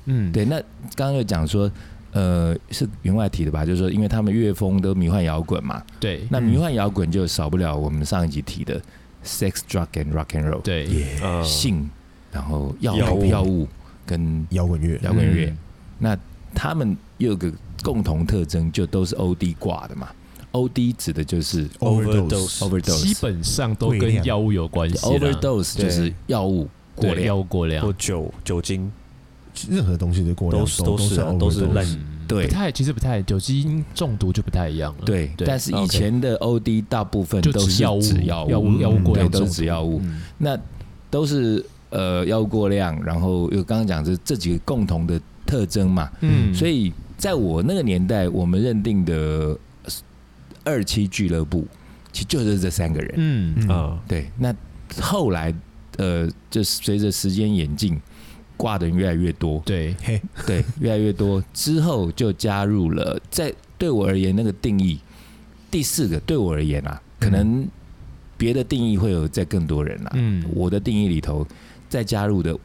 Speaker 2: 嗯，
Speaker 4: 对，那刚刚有讲说，呃，是员外提的吧？就是说，因为他们乐风都迷幻摇滚嘛，
Speaker 2: 对
Speaker 4: 那迷幻摇滚就少不了我们上一集提的 sex, drug and rock and roll，
Speaker 2: 对，
Speaker 1: 耶，
Speaker 3: 嗯，
Speaker 4: 性，然后药
Speaker 3: 药物
Speaker 4: 药物跟
Speaker 1: 摇滚乐，
Speaker 4: 摇滚乐。
Speaker 2: 嗯
Speaker 4: 那他们又有个共同特征，就都是 OD 挂的嘛。OD 指的就是
Speaker 3: Overdose
Speaker 4: overdose，
Speaker 2: 基本上都
Speaker 1: 过
Speaker 2: 跟
Speaker 1: 量
Speaker 2: 药物有关系啦
Speaker 4: overdose
Speaker 3: 对
Speaker 4: 就是药物过
Speaker 2: 对，
Speaker 4: 量
Speaker 2: 药。物过量
Speaker 3: 或，酒酒精，
Speaker 1: 任何东西的过量
Speaker 3: 都是
Speaker 1: 都
Speaker 3: 都是啊
Speaker 1: 都
Speaker 3: 都是
Speaker 1: 烂
Speaker 3: 烂，
Speaker 2: 嗯
Speaker 4: 对
Speaker 2: 不太，其实不太，酒精中毒就不太一样了，
Speaker 4: 对，但是以前的 OD 大部分
Speaker 2: 就
Speaker 4: 都是
Speaker 2: 指药物
Speaker 4: 指
Speaker 2: 药物
Speaker 4: 物，
Speaker 2: 药物过量
Speaker 4: 对都
Speaker 2: 中
Speaker 4: 是指药物，
Speaker 2: 嗯
Speaker 4: 那都是呃药物过量，然后又刚刚讲这这几个共同的特征嘛，
Speaker 2: 嗯，
Speaker 4: 所
Speaker 2: 以
Speaker 4: 以在我那个年代，我们认定的呃二期俱乐部，其实就是这三个人，
Speaker 2: 嗯，
Speaker 1: 嗯，
Speaker 3: 啊，
Speaker 4: 对，那后来呃，就是随着时间演进，挂的人越来越
Speaker 2: [laughs]
Speaker 4: 多，
Speaker 2: 对，
Speaker 1: 嘿，
Speaker 4: 对，越来越多之后就加入了，在对我而言那个定义，第四个对我而言啊，可能别的定义会有在更多人啦、啊
Speaker 2: 嗯
Speaker 4: 我的定义里头再加入的，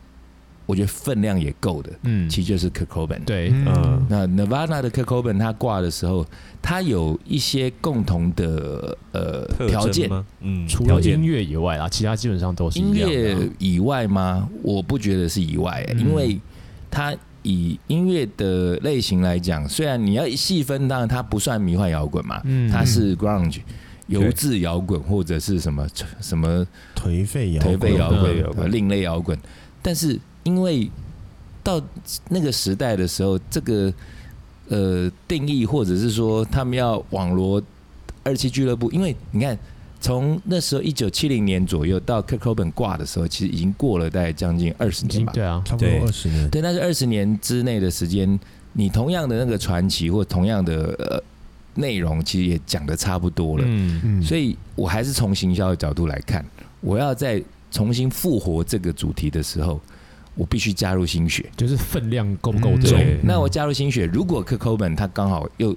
Speaker 4: 我觉得分量也够的，
Speaker 2: 嗯，
Speaker 4: 其实就是 Kurt Cobain。
Speaker 2: 对，
Speaker 1: 嗯
Speaker 4: 那 Nirvana 的 Kurt Cobain 他挂的时候，他有一些共同的呃
Speaker 3: 特
Speaker 4: 条
Speaker 3: 征
Speaker 4: 件，
Speaker 3: 吗？嗯，
Speaker 2: 除
Speaker 3: 条
Speaker 2: 了
Speaker 3: 件
Speaker 2: 音乐以外啊，其他基本上都是
Speaker 4: 音
Speaker 2: 一样的啊
Speaker 4: 乐以外吗？我不觉得是以外、欸
Speaker 2: 嗯
Speaker 4: 因为它以音乐的类型来讲，虽然你要细分，当然它不算迷幻摇滚嘛，
Speaker 2: 嗯
Speaker 4: 它是 grunge。
Speaker 3: 对
Speaker 4: 油质摇滚或者是什么什么
Speaker 1: 颓废摇
Speaker 4: 颓
Speaker 1: 滚，
Speaker 4: 废摇滚
Speaker 2: 嗯、
Speaker 4: 呃另类摇滚，但是因为到那个时代的时候，这个呃定义或者是说他们要网罗二期俱乐部，因为你看从那时候一九七零年左右到 Kurt Cobain 挂的时候，其实已经过了大概将近二十
Speaker 2: 已
Speaker 4: 年
Speaker 2: 经
Speaker 4: 吧。
Speaker 2: 对啊，
Speaker 1: 差不多
Speaker 3: 对
Speaker 1: 二十年，
Speaker 4: 对，但是二十年之内的时间，你同样的那个传奇或同样的呃内容，其实也讲的差不多了。
Speaker 2: 嗯，
Speaker 1: 嗯，
Speaker 4: 所
Speaker 1: 以
Speaker 4: 以我还是从行销的角度来看，我要在重新复活这个主题的时候，我必须加入心血。
Speaker 2: 就是分量够不够
Speaker 1: 嗯
Speaker 2: 重？
Speaker 3: 对
Speaker 4: 那我加入心血，如果 k u r c o b a n 他刚好又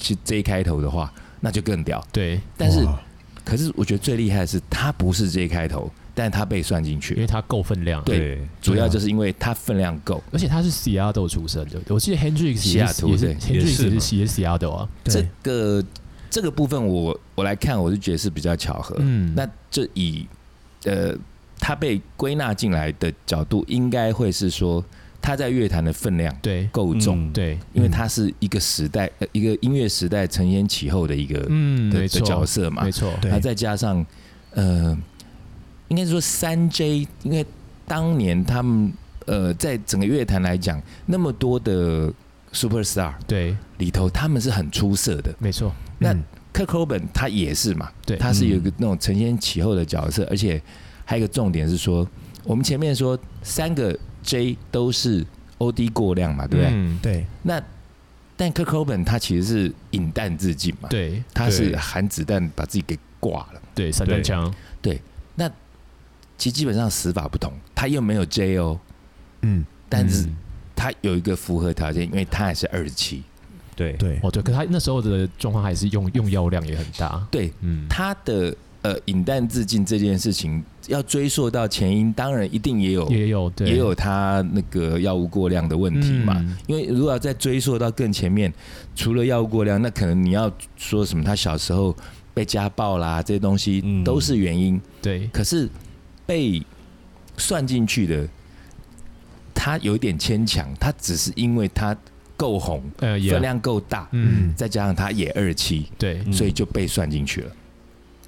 Speaker 4: 是 J 开头的话，那就更屌。
Speaker 2: 对，
Speaker 4: 但是，
Speaker 1: 哇
Speaker 4: 可是我觉得最厉害的是他不是 J 开头，但他被算进
Speaker 2: 因
Speaker 4: 去
Speaker 2: 为，它够分量啊，
Speaker 4: 对
Speaker 3: 对，
Speaker 4: 主要就是因为他分量够。
Speaker 2: 而且他是 Seattle 出生的，我记得 Hendrix
Speaker 4: 西
Speaker 2: 也
Speaker 4: 雅
Speaker 2: 是
Speaker 4: 图
Speaker 2: 也是
Speaker 4: 对
Speaker 2: Hendrix 也
Speaker 3: 也
Speaker 2: 是
Speaker 3: 是
Speaker 2: 也是 Seattle 啊，
Speaker 4: 这
Speaker 1: 对
Speaker 4: 个这个部分我，我来看，我就觉得是比较巧合。
Speaker 2: 嗯，
Speaker 4: 呃那就以呃他被归纳进来的角度，应该会是说他在乐坛的分量
Speaker 2: 对
Speaker 4: 够重，
Speaker 3: 嗯，
Speaker 2: 对，
Speaker 4: 因为他是一个时代、呃、一个音乐时代承先启后的一个、
Speaker 2: 嗯，
Speaker 4: 的
Speaker 2: 没
Speaker 4: 的
Speaker 2: 错，
Speaker 4: 角色嘛
Speaker 2: 没。错，
Speaker 1: 对
Speaker 4: 那再加上呃，应该是说三 J，因为当年他们呃在整个乐坛来讲，那么多的 superstar
Speaker 2: 对，
Speaker 4: 里头，他们是很出色的。
Speaker 2: 没错，
Speaker 4: 那
Speaker 1: 嗯
Speaker 4: Kurt Cobain 他也是嘛，
Speaker 2: 对
Speaker 4: 他是有一个那种承先启后的角色，而且还有一个重点是说，我们前面说三个 J 都是 OD 过量嘛，对不对？
Speaker 2: 嗯
Speaker 1: 对
Speaker 4: 那但 Kurt Cobain 他其实是引弹自尽嘛，
Speaker 2: 对，
Speaker 4: 他是啊
Speaker 3: 对
Speaker 4: 含子弹把自己给挂了，
Speaker 2: 对散弹枪，
Speaker 4: 其实基本上死法不同，他又没有 J 哦，
Speaker 1: 嗯
Speaker 4: 但是
Speaker 2: 嗯
Speaker 4: 他有一个符合条件，因为他还是二十七，
Speaker 3: 对
Speaker 1: 对，
Speaker 2: 哦对，可他那时候的状况还是用用药量也很大，
Speaker 4: 对
Speaker 2: 嗯，
Speaker 4: 他的呃引弹自尽这件事情要追溯到前因，当然一定也有
Speaker 2: 也有对
Speaker 4: 也有他那个药物过量的问题嘛。
Speaker 2: 嗯
Speaker 4: 因为如果要再追溯到更前面，除了药物过量，那可能你要说什么他小时候被家暴啦，这些东西
Speaker 3: 嗯
Speaker 4: 都是原因。
Speaker 2: 对
Speaker 4: 可是被算进去的，他有一点牵强，他只是因为他够红，
Speaker 2: 呃，也
Speaker 4: 分量够大，
Speaker 2: 嗯，
Speaker 4: 再加上他也二期，
Speaker 2: 对，
Speaker 3: 嗯
Speaker 4: 所以就被算进去了。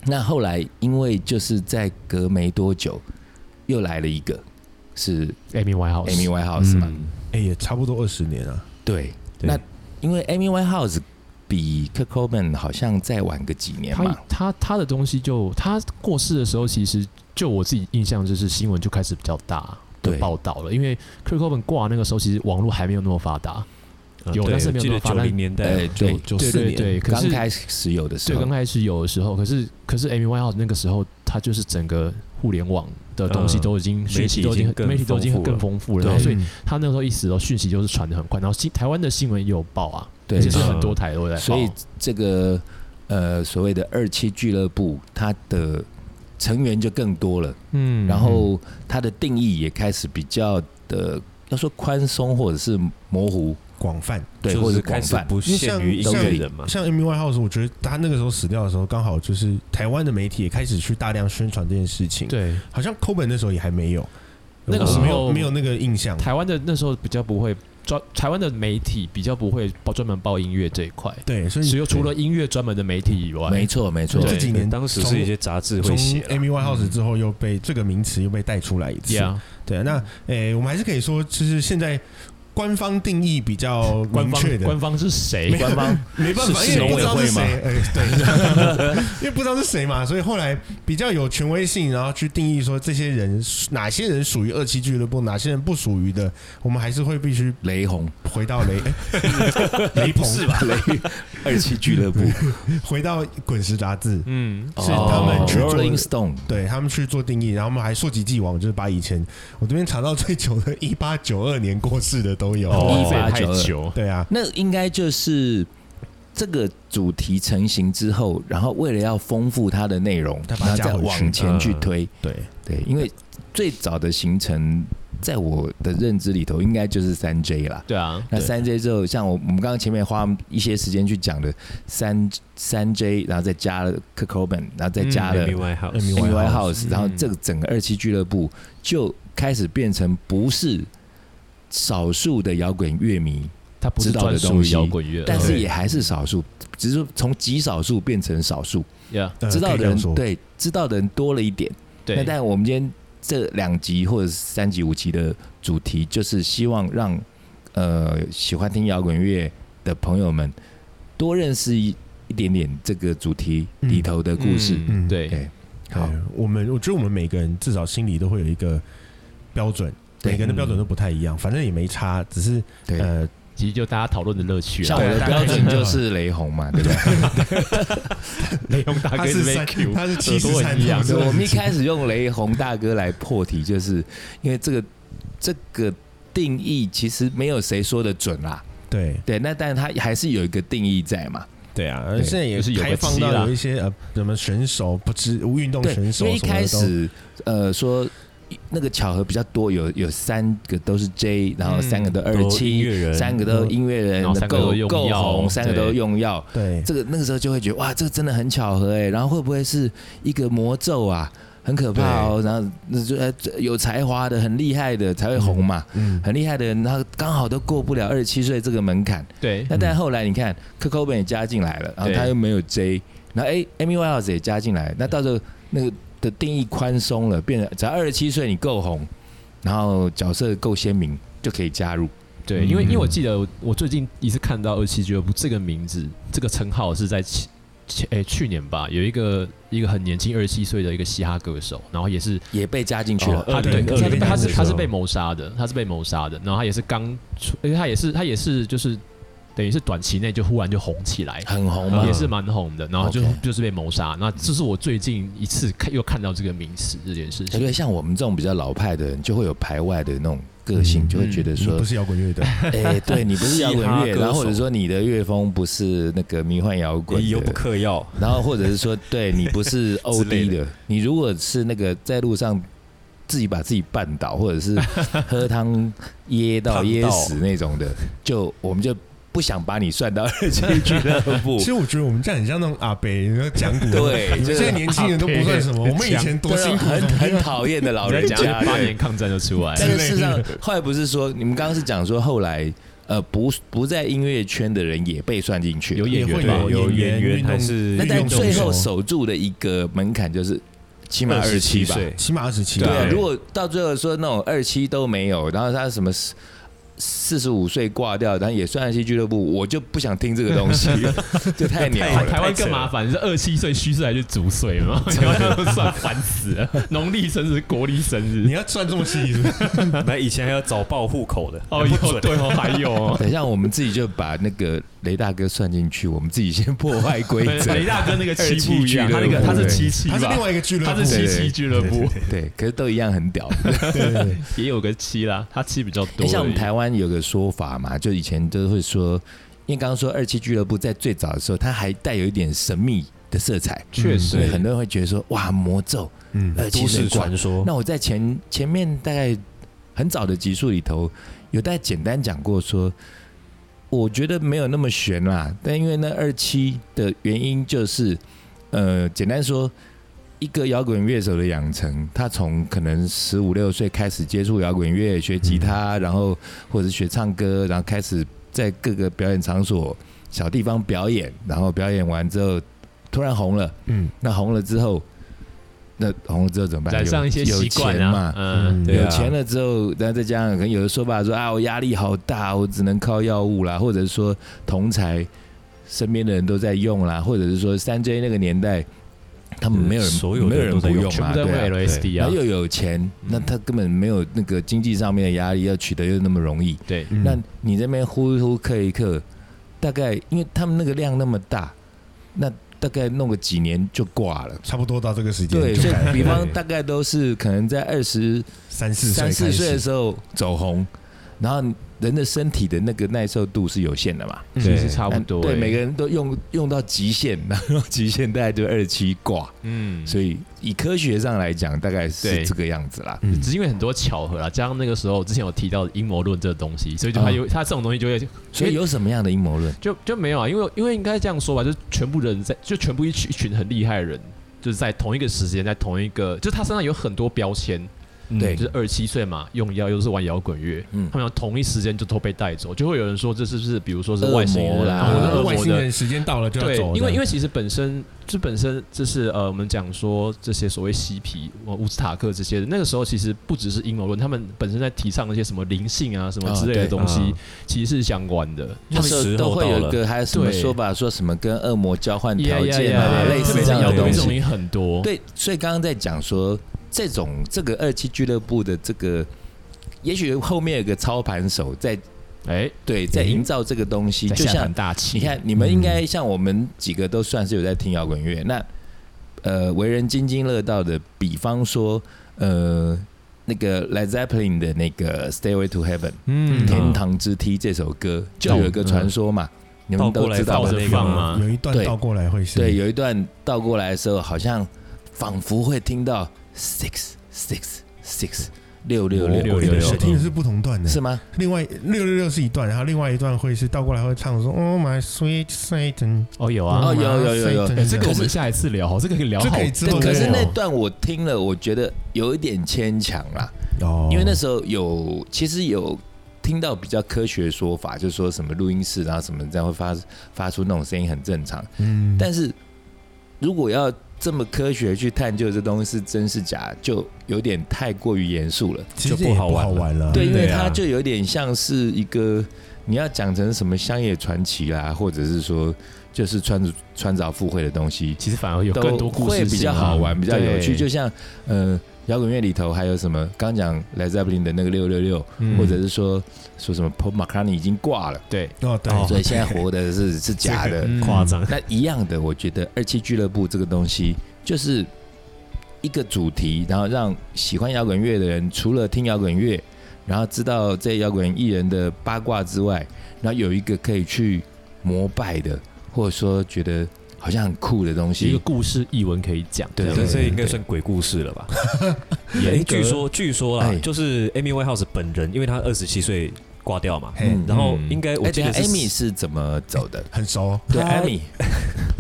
Speaker 4: 那后来因为就是在隔没多久，又来了一个是
Speaker 2: Amy Winehouse，
Speaker 4: Amy Winehouse 嘛，
Speaker 3: 嗯
Speaker 1: 哎、也差不多二十年啊。
Speaker 4: 对，
Speaker 3: 对
Speaker 4: 那因为 Amy Winehouse 比 Kurt Cobain 好像再晚个几年
Speaker 2: 他
Speaker 4: 嘛，
Speaker 2: 他他的东西就他过世的时候，其实就我自己印象就是新闻就开始比较大的
Speaker 4: 对
Speaker 2: 报道了，因为 Kurt Cobain 挂那个时候，其实网络还没有那么发达，
Speaker 3: 啊
Speaker 2: 有
Speaker 3: 对
Speaker 2: 但是
Speaker 3: 我
Speaker 2: 没有
Speaker 3: 记
Speaker 2: 那
Speaker 3: 得
Speaker 2: 么发
Speaker 3: 九
Speaker 2: 达
Speaker 3: 零年代
Speaker 4: 呃，对，
Speaker 1: 九
Speaker 2: 对
Speaker 1: 四
Speaker 2: 对
Speaker 1: 年，
Speaker 2: 对，可
Speaker 4: 刚
Speaker 2: 是
Speaker 4: 开始有的时
Speaker 2: 对
Speaker 4: 候
Speaker 2: 刚，开始有的时候，可是可是 Amy Winehouse 那个时候，他就是整个互联网的东西
Speaker 3: 嗯
Speaker 2: 都已经讯息
Speaker 3: 媒体
Speaker 2: 都已经
Speaker 3: 已经更
Speaker 2: 媒体都已经
Speaker 3: 丰富
Speaker 2: 更
Speaker 3: 了
Speaker 2: 丰富了，
Speaker 4: 对
Speaker 2: 然后所以
Speaker 1: 嗯
Speaker 2: 他那个时候一死哦，讯息就是传的很快，然后新台湾的新闻也有报啊，
Speaker 4: 对
Speaker 2: 而且是
Speaker 3: 嗯
Speaker 2: 很多台都在报，
Speaker 4: 所以这个呃所谓的二期俱乐部，它的成员就更多了，
Speaker 2: 嗯
Speaker 4: 然后它的定义也开始比较的，要说宽松或者是模糊，
Speaker 1: 广泛。
Speaker 4: 对，
Speaker 3: 就
Speaker 4: 或
Speaker 3: 是
Speaker 4: 者是广
Speaker 3: 开始
Speaker 4: 泛，
Speaker 3: 不
Speaker 1: 因为
Speaker 3: 限
Speaker 1: 像
Speaker 3: 于音
Speaker 1: 像
Speaker 3: 乐
Speaker 2: 嗯
Speaker 3: 人嘛，
Speaker 1: 像 Amy Winehouse，我觉得他那个时候死掉的时候，刚好就是台湾的媒体也开始去大量宣传这件事情。，
Speaker 2: 对
Speaker 1: 好像 Coben 那时候也还没有，
Speaker 2: 那
Speaker 3: 个
Speaker 1: 我
Speaker 3: 时候
Speaker 1: 没有没有那个印象。
Speaker 2: 台湾的那时候比较不会专，台湾的媒体比较不会报专门报音乐这一块，
Speaker 1: 嗯对，所以
Speaker 2: 只有除了音乐专门的媒体以外，
Speaker 4: 没错没错
Speaker 1: 这
Speaker 2: 对，
Speaker 1: 几
Speaker 3: 对
Speaker 1: 年
Speaker 3: 当时是一些杂志
Speaker 1: 从
Speaker 3: 会
Speaker 2: 啊
Speaker 3: 写啦
Speaker 1: Amy Winehouse 之后又被这个名词又被带出来一次。
Speaker 2: 嗯 Yeah，
Speaker 1: 对啊，那诶、我们还是可以说，就是现在官方定义比较
Speaker 2: 官
Speaker 1: 明确
Speaker 2: 方
Speaker 1: 的，
Speaker 2: 官方是谁？
Speaker 4: 官方
Speaker 1: 没办法，
Speaker 4: 是
Speaker 1: 因为
Speaker 4: 是
Speaker 1: 不知道是谁
Speaker 4: 农，
Speaker 1: 哎、对，因
Speaker 4: [laughs]
Speaker 1: 为不知道是谁嘛，所以后来比较有权威性，然后去定义说这些人哪些人属于二期俱乐部，哪些人不属于的，我们还是会必须
Speaker 4: 雷红
Speaker 1: 回到
Speaker 4: [laughs]
Speaker 1: 雷、哎雷鹏，
Speaker 4: 吧？雷二期俱 [laughs] 乐部
Speaker 1: 回到滚石杂志，
Speaker 2: 嗯，
Speaker 1: 是他们去做
Speaker 4: Rolling Stone，
Speaker 1: 对他们去做定义，然后我们还溯及既往，就是把以前我这边查到最久的，一八九二年过世的都有。
Speaker 4: 哦
Speaker 2: 一
Speaker 4: 1892
Speaker 2: 太久，
Speaker 1: 对啊，
Speaker 4: 那应该就是这个主题成型之后，然后为了要丰富它的内容，
Speaker 1: 它把它
Speaker 4: 然
Speaker 1: 加
Speaker 4: 后再
Speaker 1: 回去嗯
Speaker 4: 往前去推。
Speaker 1: 对，
Speaker 4: 对，因为最早的形成，在我的认知里头，应该就是三 J 啦。
Speaker 2: 对啊，
Speaker 4: 那
Speaker 1: 对
Speaker 4: 三 J 之后，像我我们刚刚前面花一些时间去讲的三三 J，然后再加了 k c o b a n 然后再加
Speaker 1: 嗯
Speaker 4: 了
Speaker 3: Amy Winehouse，
Speaker 1: Amy
Speaker 4: n y
Speaker 1: Winehouse
Speaker 4: House，然后
Speaker 1: 嗯
Speaker 4: 这个整个二期俱乐部就开始变成不是少数的摇滚乐迷，
Speaker 2: 他不是
Speaker 4: 知道的
Speaker 2: 专属
Speaker 4: 东
Speaker 2: 于
Speaker 4: 西
Speaker 2: 摇滚乐，
Speaker 4: 但是也还是少数，只是从极少数变成少数，
Speaker 2: 对 Yeah，
Speaker 1: 呃
Speaker 4: 知道
Speaker 1: 可以
Speaker 4: 的
Speaker 1: 这样
Speaker 4: 人
Speaker 1: 说
Speaker 4: 对知道的人多了一点。那
Speaker 2: 对，
Speaker 4: 但我们今天这两集或者是三集五集的主题，就是希望让呃喜欢听摇滚乐的朋友们多认识一一点点这个主题里头的故事。
Speaker 2: 嗯
Speaker 1: 嗯
Speaker 2: 对，
Speaker 4: 对，好
Speaker 1: 对，我们我觉得我们每个人至少心里都会有一个标准，
Speaker 4: 对
Speaker 1: 每个人的标准都不太一样，反正也没差，只是
Speaker 4: 对。
Speaker 1: 呃，
Speaker 2: 其实就大家讨论的乐趣
Speaker 4: 像
Speaker 2: 啦
Speaker 4: 我。的标准 [laughs]
Speaker 1: 对
Speaker 4: 就是雷
Speaker 1: [laughs]
Speaker 4: 红嘛，对不对？
Speaker 2: 雷用大
Speaker 1: 他
Speaker 2: 哥
Speaker 1: 是
Speaker 2: 是
Speaker 1: 三
Speaker 2: 被 Q，
Speaker 1: 他是七十
Speaker 2: 耳朵
Speaker 1: 三
Speaker 2: 很痒
Speaker 1: 是
Speaker 4: 对，
Speaker 1: 吧
Speaker 4: 我们一开始用雷洪大哥来破题，就是因为这个这个定义其实没有谁说的准啦。
Speaker 1: [laughs] 对
Speaker 4: 对，那但他还是有一个定义在嘛。
Speaker 1: 对啊，
Speaker 4: 对
Speaker 1: 现在也
Speaker 2: 就是有个
Speaker 1: 开放
Speaker 2: 期
Speaker 1: 到
Speaker 2: 啦
Speaker 1: 有一些呃什么选手不知运动
Speaker 4: 对，
Speaker 1: 选手
Speaker 4: 因为一
Speaker 1: 什么
Speaker 4: 开
Speaker 1: 的都
Speaker 4: 始呃说那个巧合比较多，有有三个都是 J，然后三个都二
Speaker 3: 都音
Speaker 4: 七、
Speaker 3: 乐人，
Speaker 4: 三个都音乐人
Speaker 2: 然后三个
Speaker 4: 够
Speaker 2: 都用
Speaker 4: 够
Speaker 2: 药
Speaker 4: 红，
Speaker 2: 对
Speaker 4: 三个都用药。
Speaker 1: 对
Speaker 4: 这个那个时候就会觉得哇，这个真的很巧合哎、然后会不会是一个魔咒啊？很可怕哦。然后那就呃有才华的、很厉害的才会红嘛，
Speaker 1: 嗯
Speaker 4: 很厉害的人他刚好都过不了二十七岁这个门槛。
Speaker 2: [laughs] 对
Speaker 4: 那但后来你看 k u k o b a n 也加进来了，然后
Speaker 2: 对
Speaker 4: 他又没有 J，然后哎 Amy Winehouse 也加进来，那到时候那个的定义宽松了，变成只要二十七岁你够红，然后角色够鲜明就可以加入。
Speaker 2: 对，
Speaker 4: 嗯
Speaker 2: 因为因为我记得我我最近一次看到二七俱乐部这个名字这个称号是在前前诶、去年吧，有一个一个很年轻二十七岁的一个嘻哈歌手，然后也是
Speaker 4: 也被加进去了，
Speaker 2: 他
Speaker 3: 哦
Speaker 2: 对，
Speaker 3: 2020
Speaker 2: 可是
Speaker 1: 年代
Speaker 2: 他是他是
Speaker 3: 的时
Speaker 2: 他
Speaker 3: 候
Speaker 2: 是被谋杀的，他是被谋杀的，然后他也是刚出，因为他也是他也是就是等于是短期内就忽然就红起来，
Speaker 4: 很红
Speaker 3: 嗯
Speaker 4: 嘛
Speaker 2: 也，是蛮红的，然后就
Speaker 4: OK
Speaker 2: 就是被谋杀，那这是我最近一次看又看到这个名词这件事
Speaker 4: 对
Speaker 2: 情，
Speaker 4: 对，像我们这种比较老派的人，就会有排外的那种个性，
Speaker 1: 嗯
Speaker 4: 就会觉得
Speaker 1: 你
Speaker 4: 说
Speaker 1: 不，是摇滚
Speaker 4: [laughs]
Speaker 1: 乐的，
Speaker 4: 哎，对你不是摇滚
Speaker 3: 嘻哈
Speaker 4: 乐，
Speaker 3: 歌手
Speaker 4: 然后或者说你的乐风不是那个迷幻摇滚
Speaker 3: 你又不
Speaker 4: 的，
Speaker 3: 嗑药，
Speaker 4: 然后或者是说，对你不是 O
Speaker 3: 之类
Speaker 4: D
Speaker 3: 的
Speaker 4: 的，你如果是那个在路上自己把自己绊倒，或者是喝汤噎到
Speaker 3: 烫到
Speaker 4: 噎死那种的，就我们就不想把你算到二期俱乐部
Speaker 1: 其。实我觉得我们这样很像那种阿北，然后讲古。
Speaker 4: 对
Speaker 1: 你们
Speaker 4: 就是
Speaker 1: 现在年轻人都不算什么，
Speaker 2: 阿伯
Speaker 1: 我们以前多辛苦，
Speaker 4: 很很讨厌哎的老人
Speaker 2: [laughs] 人
Speaker 4: 家
Speaker 2: 家。八
Speaker 4: 对
Speaker 2: 年抗战就出来
Speaker 4: 但
Speaker 2: 了，
Speaker 4: 是事实上，后来不是说你们刚刚是讲说后来呃不不在音乐圈的人也被算进去，
Speaker 2: 有演
Speaker 1: 也
Speaker 2: 员
Speaker 1: 会
Speaker 2: 吧
Speaker 1: 有
Speaker 3: 有演员
Speaker 1: 运动
Speaker 3: 还是
Speaker 4: 啊那但
Speaker 1: 运动
Speaker 4: 最后
Speaker 1: 手
Speaker 4: 守住的一个门槛就是起码二七吧。
Speaker 3: 岁，
Speaker 1: 起码二十七
Speaker 4: 对
Speaker 1: 吧。
Speaker 4: 啊，
Speaker 2: 对
Speaker 4: 如果到最后说那种二七都没有，然后他什么四十五岁挂掉，然后也算二七俱乐部，我就不想听这个东西，这哎太鸟
Speaker 3: 太
Speaker 4: 了。
Speaker 2: 台湾更麻烦，是二七岁虚岁还是足岁嘛？台 [laughs] 湾都算烦死了，农历生日、国历生
Speaker 1: 你
Speaker 2: 日，
Speaker 1: 要算这么细是不是？
Speaker 3: 那以前还要早报户口的，
Speaker 2: 哦
Speaker 3: 不
Speaker 2: 有
Speaker 3: 准。
Speaker 2: 对哦，还有
Speaker 4: [laughs]
Speaker 2: 哦。
Speaker 4: 等一下，我们自己就把那个雷大哥算进去，我们自己先破坏规则。
Speaker 2: 雷大哥那个七
Speaker 4: 二七
Speaker 2: 不一样，
Speaker 4: 俱
Speaker 2: 他
Speaker 4: 乐
Speaker 2: 那
Speaker 4: 部
Speaker 2: 个他是七七
Speaker 1: 他是
Speaker 2: 吧
Speaker 1: 另？外一个俱乐
Speaker 2: 他
Speaker 1: 部
Speaker 2: 是，七
Speaker 4: 对
Speaker 2: 七俱乐部，
Speaker 4: 对，可是都一样很屌。
Speaker 1: 对对对
Speaker 2: 也有个七啦，他七比较多而已。
Speaker 4: 哎像我们台湾有个说法嘛，就以前都会说，因为刚刚说二期俱乐部在最早的时候，它还带有一点神秘的色彩，
Speaker 2: 确
Speaker 4: 所以
Speaker 2: 实
Speaker 4: 很多人会觉得说，哇，魔咒
Speaker 1: 嗯，
Speaker 4: 二期
Speaker 3: 都市
Speaker 4: 神话
Speaker 3: 传说，
Speaker 4: 那我在前前面大概很早的集数里头，有大概简单讲过说，我觉得没有那么悬啦，但因为那二期的原因就是，呃，简单说。一个摇滚乐手的养成，他从可能十五六岁开始接触摇滚乐，学吉他，然后或者是学唱歌，然后开始在各个表演场所、小地方表演，然后表演完之后突然红了，
Speaker 1: 嗯，
Speaker 4: 那红了之后，那红了之后怎么办？
Speaker 2: 染上一些习惯
Speaker 4: 有钱
Speaker 2: 啊
Speaker 4: 嘛，，
Speaker 2: 嗯，对
Speaker 4: 有
Speaker 2: 啊
Speaker 4: 钱了之后，然后再加上可能有的说法说啊，我压力好大，我只能靠药物啦，或者说同才身边的人都在用啦，或者是说三 J 那个年代，他们没有人
Speaker 3: 呃所有的
Speaker 4: 没有人
Speaker 3: 都
Speaker 4: 不
Speaker 3: 在用
Speaker 4: 用
Speaker 2: 全
Speaker 4: 嘛，
Speaker 2: 部在
Speaker 4: 对啊
Speaker 2: 为 LSD
Speaker 4: 然
Speaker 2: 啊
Speaker 4: 后，又有钱，那他
Speaker 3: 嗯
Speaker 4: 根本没有那个经济上面的压力，要取得又那么容易，
Speaker 2: 对，啊
Speaker 1: 嗯
Speaker 4: 那你这边呼一呼刻一刻，大概因为他们那个量那么大，那大概弄个几年就挂了。
Speaker 1: 差不多到这个时间，
Speaker 4: 对，
Speaker 1: 就
Speaker 4: 所以
Speaker 1: 改了
Speaker 4: 比方大概都是可能在二十
Speaker 1: 三四岁
Speaker 4: 三
Speaker 1: 开
Speaker 4: 四
Speaker 1: 始
Speaker 4: 岁的时候走红，然后人的身体的那个耐受度是有限的嘛，嗯
Speaker 2: 其实嗯差不多。
Speaker 4: 对，
Speaker 2: 欸
Speaker 4: 每个人都用用到极限，然后极限大概就二七挂，
Speaker 2: 嗯，
Speaker 4: 所以以科学上来讲，大概
Speaker 2: 对
Speaker 4: 是这个样子啦。
Speaker 1: 嗯
Speaker 2: 只是因为很多巧合啊，加上那个时候之前有提到阴谋论这个东西，所以就他有他这种东西就会
Speaker 4: 所以有什么样的阴谋论？
Speaker 2: 就就没有啊，因为因为应该这样说吧，就是全部人在就全部一群一群很厉害的人，就是在同一个时间，在同一个，就是他身上有很多标签，
Speaker 4: 嗯对
Speaker 2: 就是二十七岁嘛，用药又是玩摇滚乐，
Speaker 4: 嗯
Speaker 2: 他们同一时间就都被带走，就会有人说这是不是比如说是
Speaker 4: 恶
Speaker 2: 外星
Speaker 4: 魔
Speaker 2: 人
Speaker 4: 啦
Speaker 2: 啊
Speaker 1: 啊
Speaker 2: 或者
Speaker 1: 那
Speaker 2: 是
Speaker 1: 个
Speaker 2: 恶
Speaker 1: 外
Speaker 2: 魔
Speaker 1: 星
Speaker 2: 的
Speaker 1: 人时间到了就要
Speaker 2: 对
Speaker 1: 走，了，
Speaker 2: 因为因为其实本身这本身就是呃，我们讲说这些所谓嬉皮、呃乌斯塔克这些的，那个时候其实不只是阴谋论，他们本身在提倡那些什么灵性啊、什么之类的
Speaker 4: 啊对
Speaker 2: 东西，
Speaker 3: 啊
Speaker 2: 其实是相关的。
Speaker 4: 那时候都会有一
Speaker 3: 时候到
Speaker 4: 个还有什么
Speaker 2: 对
Speaker 4: 说法，说什么跟恶魔交换条
Speaker 2: Yeah, yeah,
Speaker 4: 件啊
Speaker 2: yeah, yeah，
Speaker 4: 类
Speaker 2: 特
Speaker 4: 似
Speaker 2: 别
Speaker 4: 这
Speaker 2: 是
Speaker 4: 样
Speaker 2: 摇
Speaker 4: 的
Speaker 2: 滚
Speaker 4: 东
Speaker 2: 这种
Speaker 4: 西。
Speaker 2: 也很多。
Speaker 4: 对，所以刚刚在讲说，这种这个二期俱乐部的这个，也许后面有个操盘手在
Speaker 2: 哎，
Speaker 4: 对在营造这个东西，
Speaker 2: 在
Speaker 4: 就
Speaker 2: 下
Speaker 4: 像
Speaker 2: 盘嗯大气，
Speaker 4: 你看，你们应该像我们几个都算是有在听摇滚乐。那呃，为人津津乐道的，比方说呃，那个 Led Zeppelin 的那个《Stairway to Heaven》
Speaker 2: 嗯
Speaker 4: 天堂之梯这首歌，就有一个传说嘛，你
Speaker 3: 倒
Speaker 4: 们
Speaker 3: 过
Speaker 4: 都
Speaker 3: 来
Speaker 4: 知道
Speaker 2: 倒
Speaker 4: 的
Speaker 2: 着
Speaker 3: 那个
Speaker 2: 放
Speaker 3: 吗
Speaker 2: 嘛，
Speaker 1: 有一段
Speaker 4: 对
Speaker 1: 倒过来会是
Speaker 4: 对，有一段倒过来的时候，好像仿佛会听到 six six six 六六
Speaker 2: 有
Speaker 4: 六
Speaker 2: 有
Speaker 1: 我
Speaker 2: 有有
Speaker 1: 我听的是不同段的，
Speaker 4: 是吗？
Speaker 1: 另外六六六是一段，然后另外一段会是倒过来会唱说 Oh my sweet Satan，Oh
Speaker 2: 哦有
Speaker 4: 哦
Speaker 2: 啊，
Speaker 4: 有有有有
Speaker 1: Satan
Speaker 2: 哎这个
Speaker 4: 可
Speaker 2: 我
Speaker 4: 是
Speaker 2: 们下一次聊，这个可以聊
Speaker 1: 这
Speaker 2: 好
Speaker 1: 可以之
Speaker 4: 对
Speaker 1: 后，
Speaker 4: 可是
Speaker 1: 再
Speaker 4: 那
Speaker 1: 聊
Speaker 4: 段我听了，我觉得有一点牵强啦，
Speaker 1: 哦，
Speaker 4: 因为那时候有其实有听到比较科学的说法，就是说什么录音室然后什么这样会发发出那种声音很正常，
Speaker 1: 嗯，
Speaker 4: 但是如果要这么科学去探究这东西是真是假，就有点太过于严肃了。
Speaker 1: 其实
Speaker 3: 就
Speaker 1: 也
Speaker 3: 不好
Speaker 1: 不
Speaker 3: 玩
Speaker 1: 好玩了，
Speaker 4: 对，因为
Speaker 3: 对啊
Speaker 4: 它就有点像是一个你要讲成什么乡野传奇啦，或者是说就是川川岛附会的东西，
Speaker 2: 其实反而有
Speaker 4: 都
Speaker 2: 更多故
Speaker 4: 会
Speaker 2: 事
Speaker 4: 比
Speaker 2: 性
Speaker 4: 较
Speaker 2: 啊
Speaker 4: 好玩，比较有趣。
Speaker 2: 对
Speaker 4: 就像呃摇滚乐里头还有什么，刚讲 Led Zeppelin 的那个六六六，
Speaker 2: 嗯
Speaker 4: 或者是说说什么 Paul McCartney 已经挂了，
Speaker 2: 对
Speaker 1: 哦对，
Speaker 4: 所以现在活的是是
Speaker 2: [laughs]
Speaker 4: 假的。
Speaker 2: 嗯
Speaker 3: 夸张，
Speaker 4: 那一样的，我觉得二期俱乐部这个东西就是一个主题，然后让喜欢摇滚乐的人除了听摇滚乐，然后知道这摇滚艺人的八卦之外，然后有一个可以去膜拜的，或者说觉得好像很酷的东
Speaker 2: 一个
Speaker 4: 西。
Speaker 2: 故事译文可以讲，
Speaker 4: 对
Speaker 3: 对
Speaker 4: 对
Speaker 3: 这
Speaker 4: 对
Speaker 3: 应该算鬼故事了吧？
Speaker 2: 严
Speaker 3: 哎
Speaker 2: 格
Speaker 3: 据说据说啦
Speaker 4: 哎，
Speaker 3: 就是 Amy Winehouse 本人，因为她二十七岁挂掉嘛。
Speaker 4: 嘿
Speaker 1: 嗯
Speaker 3: 然后应该我
Speaker 4: 哎，
Speaker 3: 记
Speaker 4: 等一
Speaker 3: 得
Speaker 4: 下
Speaker 3: 是
Speaker 4: ，Amy 是怎么走的？
Speaker 1: 很熟哦，
Speaker 4: 对
Speaker 3: 她
Speaker 4: ，Amy，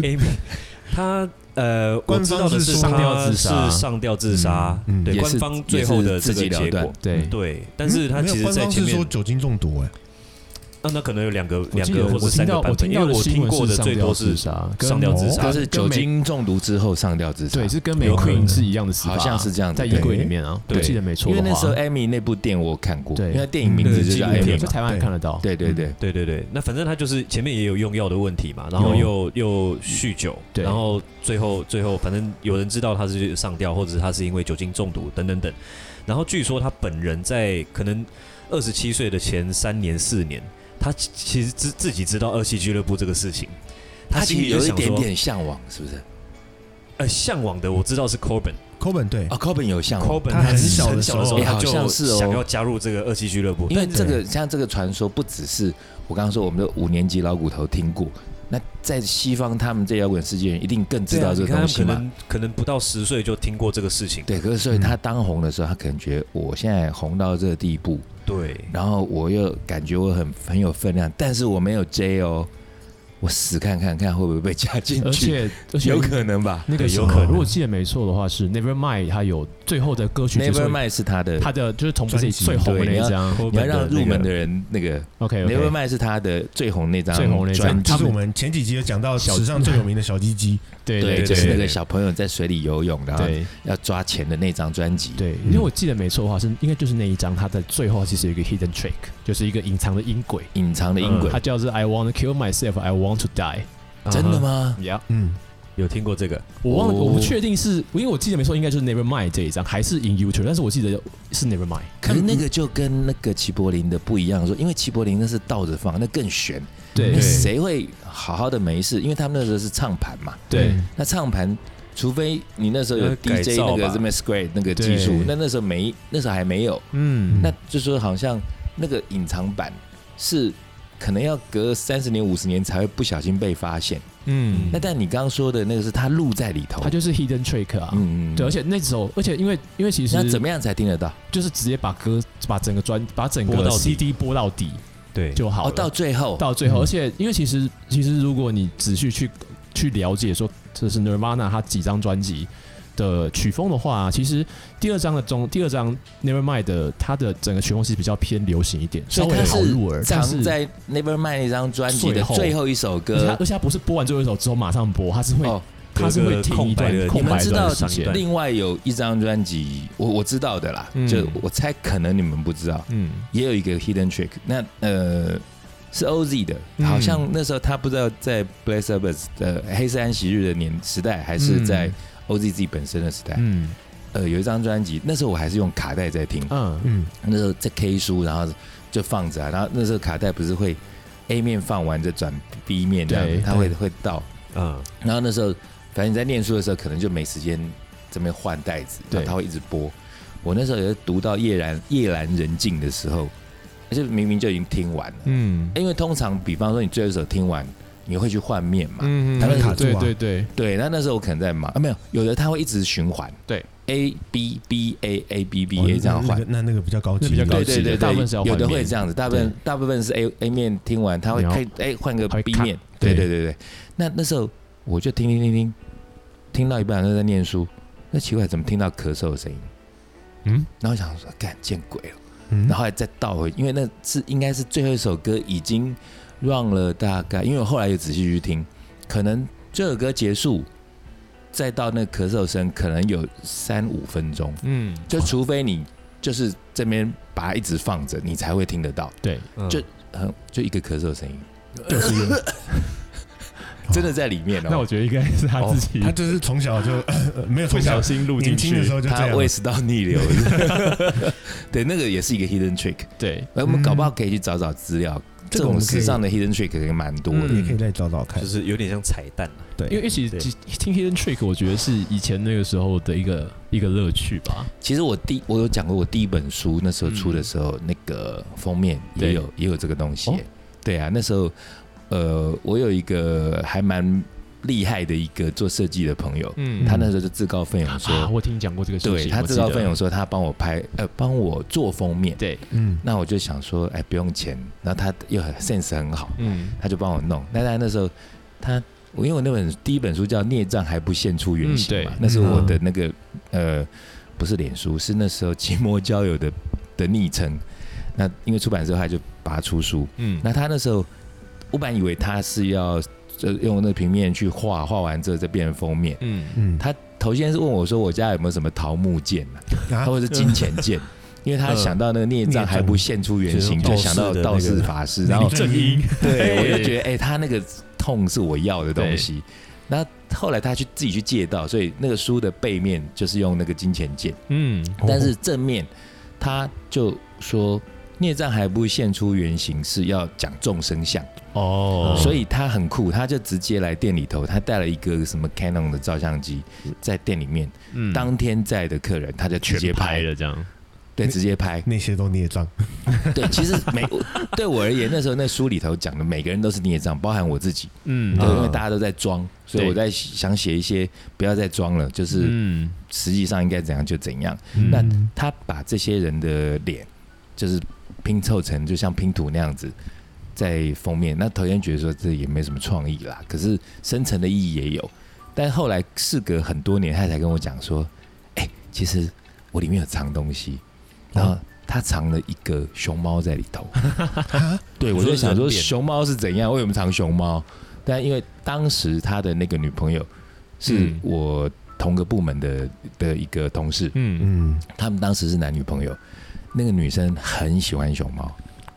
Speaker 3: Amy，他呃，我
Speaker 1: 官
Speaker 3: 知
Speaker 1: 方
Speaker 3: 道的
Speaker 1: 是
Speaker 3: 是
Speaker 1: 说
Speaker 3: 他
Speaker 2: 上吊自杀
Speaker 3: 是上吊自杀
Speaker 1: 嗯嗯，
Speaker 3: 对，
Speaker 4: 也
Speaker 3: 官
Speaker 4: 是
Speaker 3: 方最后的
Speaker 4: 也是
Speaker 3: 这
Speaker 4: 自己
Speaker 3: 个
Speaker 4: 了
Speaker 3: 结果
Speaker 4: 断，
Speaker 2: 对，
Speaker 3: 对，但是他
Speaker 1: 嗯没有
Speaker 3: 其实
Speaker 1: 官
Speaker 3: 在
Speaker 1: 方
Speaker 3: 前
Speaker 1: 是说
Speaker 3: 面，
Speaker 1: 酒精中毒哎，
Speaker 3: 啊，那可能有两个
Speaker 2: 我
Speaker 3: 两
Speaker 2: 记得
Speaker 3: 个或者
Speaker 2: 我听
Speaker 3: 三个
Speaker 2: 到
Speaker 3: 版
Speaker 2: 我
Speaker 3: 本，
Speaker 2: 听
Speaker 3: 因为
Speaker 2: 到的
Speaker 3: 我
Speaker 2: 新
Speaker 3: 听
Speaker 2: 闻是
Speaker 3: 过的
Speaker 2: 上
Speaker 3: 最多
Speaker 2: 吊自
Speaker 3: 是
Speaker 2: 杀，跟
Speaker 3: 上吊自杀
Speaker 1: 哦
Speaker 4: 他，是酒精中毒之后上吊自杀。
Speaker 2: 对，是跟美 Queen 是一样的死法，
Speaker 4: 好像是这样子
Speaker 2: 在衣柜里面啊，
Speaker 3: 对
Speaker 2: 我记得没错
Speaker 4: 因
Speaker 2: 的
Speaker 4: 为
Speaker 2: 话，
Speaker 4: 那时候 Amy 那部电我看过，
Speaker 2: 对
Speaker 4: 因为它电影名字就叫
Speaker 3: 嗯对纪录片
Speaker 4: Amy
Speaker 2: 在
Speaker 4: 嘛。
Speaker 2: 台湾
Speaker 1: 对
Speaker 2: 看得到，
Speaker 4: 对对对，
Speaker 3: 对对对，那反正他就是前面也有用药的问题嘛，然后
Speaker 4: 哦
Speaker 3: 又又酗酒，
Speaker 2: 对
Speaker 3: 然后最后最后反正有人知道他是上吊，或者是他是因为酒精中毒等等等，然后据说他本人在可能二十七岁的前三年四年，他其其实自自己知道二戏俱乐部这个事情，
Speaker 4: 他
Speaker 3: 心
Speaker 4: 其
Speaker 3: 里
Speaker 4: 实
Speaker 3: 就
Speaker 4: 有一
Speaker 3: 想
Speaker 4: 点
Speaker 3: 说，
Speaker 4: 点向往，是不是？
Speaker 3: 呃，向往的我知道是 Corbin，
Speaker 1: c o b e n 对
Speaker 4: 啊，，Coben 有向往，
Speaker 3: 哎 Corbin
Speaker 1: 他很小的
Speaker 3: 很
Speaker 1: 时
Speaker 3: 小
Speaker 1: 候
Speaker 3: 的时候，
Speaker 4: 哎
Speaker 3: 他
Speaker 4: 好像
Speaker 3: 就是
Speaker 4: 哦
Speaker 3: 想要加入这个二戏俱乐部，
Speaker 4: 因为
Speaker 3: 但
Speaker 4: 这个像这个传说，不只是我刚刚说我们的五年级老骨头听过，那在西方他们这摇滚世界人一定更知道
Speaker 3: 对啊
Speaker 4: 这
Speaker 3: 你
Speaker 4: 个
Speaker 3: 看他
Speaker 4: 东
Speaker 3: 们
Speaker 4: 西
Speaker 3: 可
Speaker 4: 嘛。
Speaker 3: 能嗯可能不到十岁就听过这个事情，
Speaker 4: 对，可是所以他当红的时候，他可能觉得我现在红到这个地步，
Speaker 3: 对
Speaker 4: 然后我又感觉我很很有分量，但是我没有 J 哦，我死看看看会不会被加进
Speaker 2: 而
Speaker 4: 去，
Speaker 2: 且而且
Speaker 4: 有可能吧。
Speaker 2: 那个
Speaker 3: 对
Speaker 2: 时
Speaker 3: 有
Speaker 2: 候
Speaker 3: 可能
Speaker 2: 如果记得没错的话是 Nevermind，它有最后的歌曲之所以
Speaker 4: Nevermind 是他的，
Speaker 2: 它的就是从不是
Speaker 1: 专辑
Speaker 2: 最红的
Speaker 4: 对
Speaker 2: 那一张
Speaker 4: 你要
Speaker 3: Corbin
Speaker 4: 让入
Speaker 3: 那个
Speaker 4: 门的人那个
Speaker 2: ，OK OK，
Speaker 4: Nevermind 是他的最红那张
Speaker 2: 最红那张
Speaker 4: 专辑
Speaker 1: 这是我们前几集有讲到史上最有名的小鸡鸡，
Speaker 2: 对
Speaker 4: 对，
Speaker 2: 对
Speaker 4: 就是那
Speaker 2: 对
Speaker 4: 个小朋友在水里游泳，然后
Speaker 2: 对
Speaker 4: 要抓钱的那张专辑。
Speaker 2: 对，
Speaker 1: 嗯
Speaker 2: 因为我记得没错的话是应该就是那一张，它在最后其实有一个 hidden track，就是一个隐藏的音轨，
Speaker 4: 隐藏的音轨
Speaker 2: 它，叫做 I wanna kill myself, I want to die。
Speaker 4: 真的？吗？
Speaker 2: Yeah，
Speaker 1: 嗯，
Speaker 3: 有听过这个，
Speaker 2: 我忘了，
Speaker 4: 哦
Speaker 2: 我不确定是，因为我记得没错，应该就是 Nevermind 这一张，还是 In Utero，但是我记得是 Nevermind。
Speaker 4: 可是那个就跟那个齐柏林的不一样，说因为齐柏林那是倒着放，那更悬，
Speaker 2: 对
Speaker 4: 那
Speaker 1: 对
Speaker 4: 谁会好好的没事？因为他们那时候是唱盘嘛，
Speaker 2: 对
Speaker 4: 那唱盘。除非你那时候有
Speaker 3: 呃改
Speaker 4: DJ
Speaker 3: 造
Speaker 4: 那
Speaker 3: 吧
Speaker 4: 个什么 Square 那个技术
Speaker 2: 对，
Speaker 4: 那那时候没，那时候还没有。
Speaker 2: 嗯，
Speaker 4: 那就说好像那个隐藏版是可能要隔三十年、五十年才会不小心被发现。
Speaker 2: 嗯
Speaker 4: 那，但你刚刚说的那个是它录在里头，
Speaker 2: 它就是 Hidden Track 啊。
Speaker 4: 嗯
Speaker 2: 对，而且那首，而且因为因为其实
Speaker 4: 那怎么样才听得到？
Speaker 2: 就是直接把歌把整个专把整
Speaker 3: 播
Speaker 2: 个
Speaker 3: 到底
Speaker 2: CD 播到底
Speaker 3: 对
Speaker 2: 就好
Speaker 4: 哦，
Speaker 2: 了。
Speaker 4: 到最后，
Speaker 2: 到最后，
Speaker 1: 嗯
Speaker 2: 而且因为其实其实如果你仔细去去了解说这是 Nirvana 他几张专辑的曲风的话，其实第二张的中第二张 Nevermind 的它的整个曲风是比较偏流行一点，稍
Speaker 4: 所以
Speaker 2: 微
Speaker 4: 它
Speaker 2: 好入
Speaker 4: 是
Speaker 2: 耳，但
Speaker 4: 藏
Speaker 2: 是
Speaker 4: 在 Nevermind 那张专辑的
Speaker 2: 最后
Speaker 4: 最后一首
Speaker 2: 而且它
Speaker 4: 歌
Speaker 2: 而。且它不是播完最后一首之后马上播，它是会、
Speaker 4: 哦，
Speaker 2: 它是会停一段
Speaker 3: 有一个
Speaker 2: 空
Speaker 4: 你们
Speaker 2: 白
Speaker 4: 知
Speaker 2: 一
Speaker 4: 道
Speaker 2: 段时间。
Speaker 4: 另外有一张专辑，我我知道的啦，
Speaker 2: 嗯
Speaker 4: 就我猜可能你们不知道，
Speaker 2: 嗯，
Speaker 4: 也有一个 hidden trick 那。呃，是 OZ 的，
Speaker 2: 嗯
Speaker 4: 好像那时候他不知道在 Black Sabbath 的黑色安息日的年时代，还是在 OZ 自己本身的时代。
Speaker 2: 嗯
Speaker 4: 呃，有一张专辑，那时候我还是用卡带在听，
Speaker 2: 嗯
Speaker 1: 嗯，
Speaker 4: 那时候在 K 书，然后就放着、啊，然后那时候卡带不是会 A 面放完再转 B 面这样子
Speaker 2: 对，
Speaker 4: 它会会倒。
Speaker 3: 嗯，
Speaker 4: 然后那时候，反正你在念书的时候，可能就没时间这边换袋子，
Speaker 2: 对
Speaker 4: 然后它会一直播。我那时候也是读到夜阑夜阑人静的时候，就明明就已经听完了，
Speaker 2: 嗯
Speaker 4: 因为通常比方说你最后一首听完，你会去换面嘛，
Speaker 2: 嗯
Speaker 4: 它会
Speaker 1: 卡住啊
Speaker 2: 对对对，
Speaker 4: 对，那那时候我可能在忙啊，没有，有的他会一直循环，
Speaker 2: 对
Speaker 4: ，A B B A A B B
Speaker 1: 哦
Speaker 4: A 这样
Speaker 1: 那
Speaker 4: 换
Speaker 1: 那，个那那个比较高级，
Speaker 2: 那比较高
Speaker 4: 对
Speaker 2: 级
Speaker 4: 对对
Speaker 2: 大部分是要
Speaker 4: 对，有的
Speaker 2: 换面
Speaker 4: 会这样子，大部分
Speaker 2: 对
Speaker 4: 大部分是 A A 面听完，他会
Speaker 2: 然后
Speaker 4: 开哎换个
Speaker 2: 他会
Speaker 4: B
Speaker 2: 咔
Speaker 4: 面，
Speaker 2: 对
Speaker 4: 对对对对。那那时候我就听听听听，听到一半就在念书，那奇怪怎么听到咳嗽的声音？
Speaker 2: 嗯，
Speaker 4: 然后想说干见鬼了，
Speaker 1: 嗯，
Speaker 4: 然后后来再倒回，因为那是应该是最后一首歌已经 run 了大概，因为我后来也仔细去听，可能这首歌结束，再到那咳嗽声可能有三五分钟，
Speaker 2: 嗯，
Speaker 4: 就除非你就是这边把它一直放着，你才会听得到，
Speaker 2: 对，
Speaker 3: 嗯
Speaker 4: 就很就一个咳嗽声音，
Speaker 1: [laughs] 就是一个
Speaker 4: 真的在里面
Speaker 2: 那
Speaker 4: 哦
Speaker 2: 我。觉得应该是他
Speaker 4: 哦
Speaker 2: 自己
Speaker 1: 他就是从小就呃没有
Speaker 2: 不
Speaker 1: 从
Speaker 2: 小
Speaker 1: 小
Speaker 2: 心录进
Speaker 1: 年轻
Speaker 2: 去
Speaker 1: 的时，候就这
Speaker 4: 它
Speaker 1: 样，
Speaker 4: 胃食道逆
Speaker 1: [laughs]
Speaker 4: 流，对，那个也是一个 hidden trick。
Speaker 2: 对，
Speaker 4: 哎，我们搞不好可以去找找资料，
Speaker 1: 嗯这
Speaker 4: 这
Speaker 1: 个我
Speaker 4: 种
Speaker 1: 们可以嗯
Speaker 4: 时尚的 hidden trick 也蛮多的。
Speaker 1: 也可以再找找看
Speaker 3: 就，是有点像彩蛋啊
Speaker 1: 对，
Speaker 2: 因为一起
Speaker 3: 对
Speaker 2: 听 Hidden Trick，我觉得是以前那个时候的一个一个乐趣吧。
Speaker 4: 其实我第我有讲过，我第一本书那时候出
Speaker 1: 嗯
Speaker 4: 的时候，那个封面也
Speaker 2: 对
Speaker 4: 有也有这个东西、
Speaker 2: 哦
Speaker 4: 对啊，那时候呃，我有一个还蛮厉害的一个做设计的朋友，
Speaker 2: 嗯
Speaker 4: 他那时候就自告奋勇说，
Speaker 2: 啊，我听你讲过这个事
Speaker 4: 对
Speaker 2: 情，
Speaker 4: 他
Speaker 2: 我
Speaker 4: 自
Speaker 2: 记
Speaker 4: 告
Speaker 2: 得
Speaker 4: 奋勇，说他帮我拍，呃，帮我做封面。
Speaker 2: 对，
Speaker 1: 嗯
Speaker 4: 那我就想说，哎，不用钱，然后他又很 sense 很好，
Speaker 2: 嗯
Speaker 4: 他就帮我弄。那他那时候他，我因为我那本第一本书叫《孽障还不现出原形》嘛，
Speaker 2: 嗯对
Speaker 4: 那是我的那个呃，不是脸书，是那时候奇摩交友的的昵称。那因为出版社他就把它出书，
Speaker 2: 嗯，
Speaker 4: 那他那时候我本来以为他是要就用那个平面去画，画完之后再变成封面。
Speaker 2: 嗯
Speaker 1: 嗯，
Speaker 4: 他头先是问我说我家有没有什么桃木剑啊，
Speaker 1: 啊
Speaker 4: 或者是金钱剑。 [laughs] 因为他想到那个孽障还不现出原形，
Speaker 3: 嗯
Speaker 4: 就想到道士法师，然后
Speaker 1: 正音
Speaker 4: 对，
Speaker 2: 哎
Speaker 4: 我就觉得哎、他那个痛是我要的东西。那后来他去自己去借道，所以那个书的背面就是用那个金钱剑，
Speaker 2: 嗯
Speaker 1: 哦
Speaker 4: 但是正面他就说孽障还不现出原形是要讲众生相，
Speaker 2: 哦，
Speaker 4: 所以他很酷，他就直接来店里头，他带了一个什么 Canon 的照相机在店里面，
Speaker 2: 嗯
Speaker 4: 当天在的客人他就直接
Speaker 2: 全
Speaker 4: 拍
Speaker 2: 拍
Speaker 4: 了，
Speaker 2: 了这样，
Speaker 4: 对，直接拍。
Speaker 1: 那些都孽障，
Speaker 4: [laughs] 对，其实每对我而言，那时候那书里头讲的每个人都是孽障，包含我自己。
Speaker 2: 嗯
Speaker 4: 对，
Speaker 3: 嗯
Speaker 4: 因为大家都在装，所以
Speaker 2: 对
Speaker 4: 我在想写一些不要再装了，就是
Speaker 2: 嗯
Speaker 4: 实际上应该怎样就怎样。
Speaker 2: 嗯
Speaker 4: 那他把这些人的脸就是拼凑成就像拼图那样子。在封面，那头先觉得说这也没什么创意啦，可是深层的意义也有。但后来事隔很多年，他才跟我讲说：“哎、其实我里面有藏东西。”然后他藏了一个熊猫在里头。对，我就想说
Speaker 3: 你说人变
Speaker 4: 熊猫是怎样？为什么藏熊猫？但因为当时他的那个女朋友是
Speaker 2: 嗯
Speaker 4: 我同个部门的的一个同事，
Speaker 2: 嗯
Speaker 1: 嗯，
Speaker 4: 他们当时是男女朋友。那个女生很喜欢熊猫，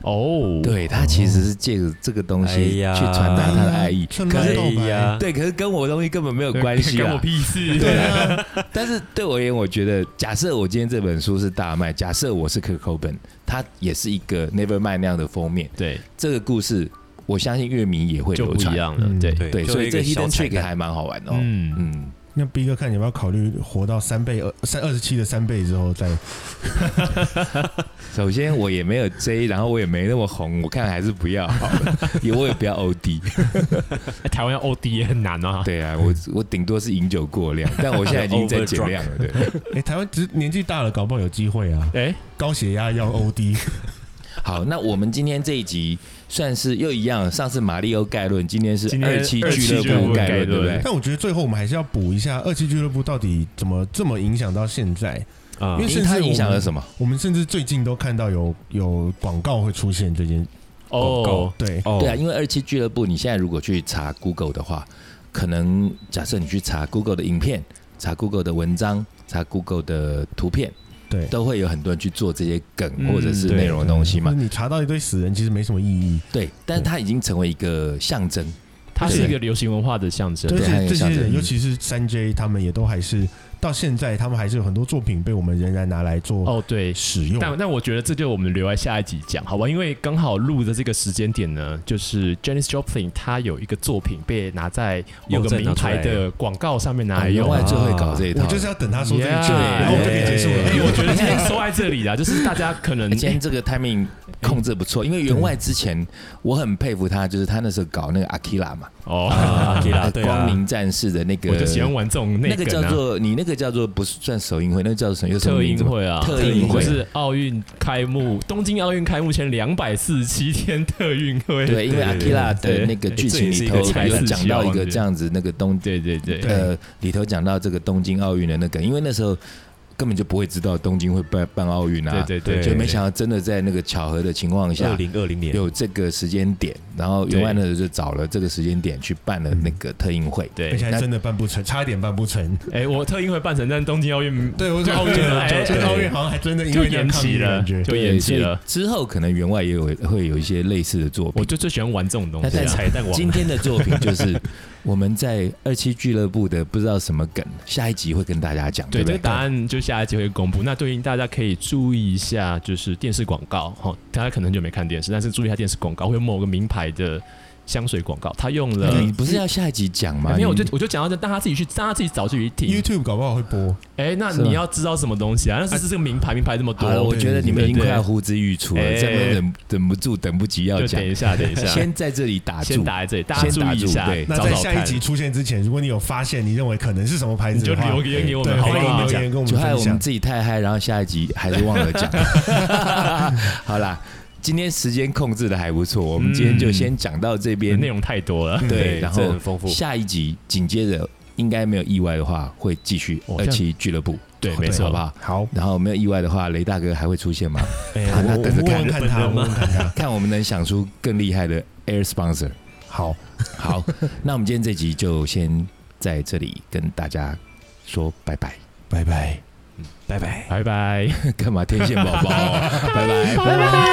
Speaker 2: 哦，
Speaker 4: 对她其实是借着这个东
Speaker 3: 哎
Speaker 4: 西
Speaker 3: 呀
Speaker 4: 去传达啊她的
Speaker 3: [laughs]
Speaker 4: 爱意，
Speaker 1: 趁
Speaker 4: 可
Speaker 1: 乱
Speaker 4: 是
Speaker 1: 告白
Speaker 3: 哎呀
Speaker 4: 对，可是跟我的东西根本没有
Speaker 2: 对，
Speaker 4: 关
Speaker 3: [laughs]
Speaker 4: 系啊
Speaker 2: [laughs] 关我屁事，
Speaker 4: 对 [laughs] 啊，但是对我而言，我觉得，假设我今天这本书是大卖，假设我是 Kirk Coben，它也是一个 Nevermind 那样的封面，
Speaker 2: 对，
Speaker 4: 这个故事我相信乐迷也会
Speaker 2: 就
Speaker 4: 流
Speaker 2: 不一
Speaker 4: 传。
Speaker 2: 样
Speaker 1: 嗯
Speaker 2: 了，对，
Speaker 3: 对
Speaker 4: 对，
Speaker 3: 就
Speaker 4: 所
Speaker 3: 一
Speaker 4: 以这
Speaker 3: 个
Speaker 4: Hidden
Speaker 3: 小彩
Speaker 4: Trick
Speaker 3: 蛋
Speaker 4: 还蛮好玩的哦。
Speaker 2: 嗯嗯，
Speaker 4: 嗯，
Speaker 1: 那逼哥看你要不要考虑活到三倍二三二十七的三倍之后再
Speaker 4: 首先我也没有 J，然后我也没那么红，我看还是不要好了，
Speaker 3: [laughs]
Speaker 4: 也我也不要 OD。
Speaker 2: 哎台湾要 OD 也很难啊，
Speaker 4: [laughs] 对啊，我我顶多是饮酒过量，但我现在已经在减量了。对，
Speaker 1: 哎、台湾只是年纪大了，搞不好有机会啊。
Speaker 2: 哎，
Speaker 1: 高血压要 OD，
Speaker 4: 好，那我们今天这一集算是又一样，上次马里奥概论，今天是
Speaker 2: 今天
Speaker 4: 二期
Speaker 2: 二期
Speaker 4: 俱
Speaker 2: 俱乐
Speaker 4: 乐部
Speaker 2: 部
Speaker 4: 概
Speaker 2: 概
Speaker 4: 论，对不
Speaker 2: 论
Speaker 4: 对？
Speaker 1: 但我觉得最后我们还是要补一下二期俱乐部到底怎么这么影响到现在。
Speaker 3: 啊
Speaker 1: 因为
Speaker 4: 诶
Speaker 1: 甚至
Speaker 4: 它
Speaker 1: 我
Speaker 4: 影响
Speaker 1: 们
Speaker 4: 了什么？
Speaker 1: 我们甚至最近都看到有有广告会出现这件，
Speaker 2: 哦，
Speaker 1: 对，
Speaker 3: 哦
Speaker 4: 对啊，因为二期俱乐部，你现在如果去查 Google 的话，可能假设你去查 Google 的影片、查 Google 的文章、查 Google 的图片，
Speaker 1: 对
Speaker 4: 都会有很多人去做这些梗
Speaker 2: 嗯
Speaker 4: 或者是
Speaker 2: 对
Speaker 4: 内容的东西嘛。
Speaker 1: 那你查到一堆死人，其实没什么意义。
Speaker 4: 对，但是它已经成为一个象征。
Speaker 2: 它是一个流行文化的象征
Speaker 1: 而，
Speaker 4: 对还
Speaker 1: 且
Speaker 4: 有
Speaker 1: 这些
Speaker 4: 像这
Speaker 1: 人，
Speaker 4: 个
Speaker 1: 尤其是三 J，他们也都还是到现在，他们还是有很多作品被我们仍然拿来做
Speaker 2: 哦，对，
Speaker 1: 使用。
Speaker 2: 但但我觉得这就我们留在下一集讲好吧，因为刚好录的这个时间点呢，就是 Janis Joplin 她有一个作品被拿在某
Speaker 3: 又
Speaker 2: 个
Speaker 3: 再
Speaker 2: 名
Speaker 3: 拿出来
Speaker 2: 牌的广告上面拿来
Speaker 4: 员
Speaker 2: 用哎
Speaker 4: 外
Speaker 3: 啊
Speaker 4: 最会搞这一套
Speaker 1: 我
Speaker 4: 了。
Speaker 1: 就是要等他说这一句
Speaker 2: Yeah
Speaker 1: 然后我们就可以结束了。哎
Speaker 2: 因为我觉得今天收在这里啦，就是大家可能
Speaker 4: 哎今天这个 timing 控制不错，因为员外之前我很佩服他，就是他那时候搞那个 Akira 嘛，
Speaker 2: 哦，
Speaker 3: 阿基
Speaker 4: [laughs]
Speaker 3: 拉对
Speaker 4: 光
Speaker 3: 啊，
Speaker 4: 明战士的那个，
Speaker 2: 我就喜欢玩这种内
Speaker 4: 那个
Speaker 2: 梗
Speaker 4: 叫
Speaker 2: 啊。
Speaker 4: 做你那个叫做不是算首映会，那个叫做什么？有什么
Speaker 2: 特
Speaker 4: 名
Speaker 2: 映
Speaker 4: 字吗？
Speaker 2: 会啊，
Speaker 4: 特映会
Speaker 2: 就是奥运开幕，东京奥运开幕前两百四十七天特运会。
Speaker 4: 对，因为
Speaker 3: 对对对
Speaker 4: Akira 的
Speaker 2: 对
Speaker 4: 那个剧
Speaker 3: 这
Speaker 4: 情
Speaker 3: 也是
Speaker 4: 里
Speaker 3: 一个
Speaker 4: 头
Speaker 2: 彩
Speaker 4: 有
Speaker 2: 蛋
Speaker 4: 讲到一
Speaker 2: 希
Speaker 4: 个
Speaker 2: 望
Speaker 4: 这样子，那个东
Speaker 2: 对对对
Speaker 1: 对
Speaker 4: 呃里头讲到这个东京奥运的那个，因为那时候根本就不会知道东京会办办奥运啊，
Speaker 2: 对对对，
Speaker 4: 就没想到真的在那个巧合的情况
Speaker 3: 二
Speaker 4: 下。
Speaker 3: 零二零年
Speaker 4: 有这个时间点，然后
Speaker 2: 对
Speaker 4: 原外那时候就找了这个时间点去办了那个特映会。
Speaker 2: 对
Speaker 1: 而且还真的办不成，差点办不成。
Speaker 2: 哎，我特映会办成，但东京奥运
Speaker 1: [laughs] 对，我
Speaker 2: 就
Speaker 1: 觉得
Speaker 2: 哎
Speaker 1: 这
Speaker 2: 对
Speaker 1: 奥运好像还真的因
Speaker 2: 就
Speaker 1: 为这样
Speaker 2: 延
Speaker 1: 抗议
Speaker 2: 期
Speaker 1: 的
Speaker 2: 了，
Speaker 1: 感觉
Speaker 2: 就
Speaker 4: 对
Speaker 2: 延期
Speaker 4: 所以
Speaker 2: 了。
Speaker 4: 之后可能员外也有会有一些类似的作品
Speaker 2: 我。就最喜欢玩这种东
Speaker 4: 那
Speaker 2: 西、
Speaker 4: 但
Speaker 2: 啊。
Speaker 3: 彩蛋王
Speaker 4: 今天的作品就是 [laughs] 我们在二期俱乐部的不知道什么梗，下一集会跟大家讲，
Speaker 2: 对，
Speaker 4: 不
Speaker 2: 这
Speaker 4: 对
Speaker 2: 个？答案就下一集会公布。那对应大家可以注意一下，就是电视广告哈，哦大家可能就没看电视，但是注意一下电视广告，会有某个名牌的香水广告，他用了。哎
Speaker 4: 你不是要下一集讲吗？
Speaker 2: 没有，我就
Speaker 4: 你
Speaker 2: 我就讲到这，让他自己去，让他自己找自己去听。
Speaker 1: YouTube 搞不好会播，
Speaker 2: 哎、那
Speaker 4: 是吗啊
Speaker 2: 你要知道什么东西啊？那是是这个名牌，名牌这么多
Speaker 4: 好，了，我
Speaker 1: 对
Speaker 4: 觉得你们已经
Speaker 2: 对对
Speaker 4: 快要呼之欲出了，
Speaker 2: 哎
Speaker 4: 这样忍忍不住，等不及要
Speaker 2: 就
Speaker 4: 讲
Speaker 2: 等。一下，等一下，
Speaker 4: 先在这里打
Speaker 2: 先
Speaker 4: 住，
Speaker 2: 打在这里，大家
Speaker 4: 先打
Speaker 2: 注意一
Speaker 4: 住
Speaker 2: 下，
Speaker 4: 对
Speaker 1: 那
Speaker 2: 找
Speaker 1: 在
Speaker 2: 找
Speaker 1: 下一
Speaker 2: 看
Speaker 1: 集出现之前，如果你有发现你认为可能是什么牌
Speaker 2: 你
Speaker 1: 子
Speaker 2: 就
Speaker 1: 的话，
Speaker 2: 留言给我
Speaker 1: 对，
Speaker 2: 们，好不
Speaker 1: 欢迎
Speaker 2: 好
Speaker 1: 留？言跟我
Speaker 4: 就
Speaker 1: 们
Speaker 4: 害
Speaker 1: 分
Speaker 4: 我们
Speaker 1: 享。
Speaker 4: 自己太嗨，然后下一集还是忘了讲。好啦，今天时间控制的还不错，我们今天就先讲到这边。
Speaker 2: 内容太多了，
Speaker 4: 对，然
Speaker 3: 这
Speaker 4: 后
Speaker 3: 很丰富。
Speaker 4: 下一集紧接着应该没有意外的话，会继续
Speaker 2: 哦
Speaker 4: 二期俱乐部，
Speaker 2: 对没错
Speaker 4: 好不好？
Speaker 1: 好，
Speaker 4: 然后没有意外的话，雷大哥还会出现吗？
Speaker 1: 哎
Speaker 4: [laughs] 好那
Speaker 1: 我我
Speaker 4: 等着
Speaker 1: 问
Speaker 4: 看
Speaker 1: 问看他，我问问看他。
Speaker 4: 看我们能想出更厉害的 air sponsor。
Speaker 1: 好，
Speaker 4: 好，那我们今天这集就先在这里跟大家说拜拜。
Speaker 1: 拜拜。
Speaker 3: 拜拜。
Speaker 2: 拜拜。
Speaker 4: 干嘛天线宝宝？拜拜拜拜。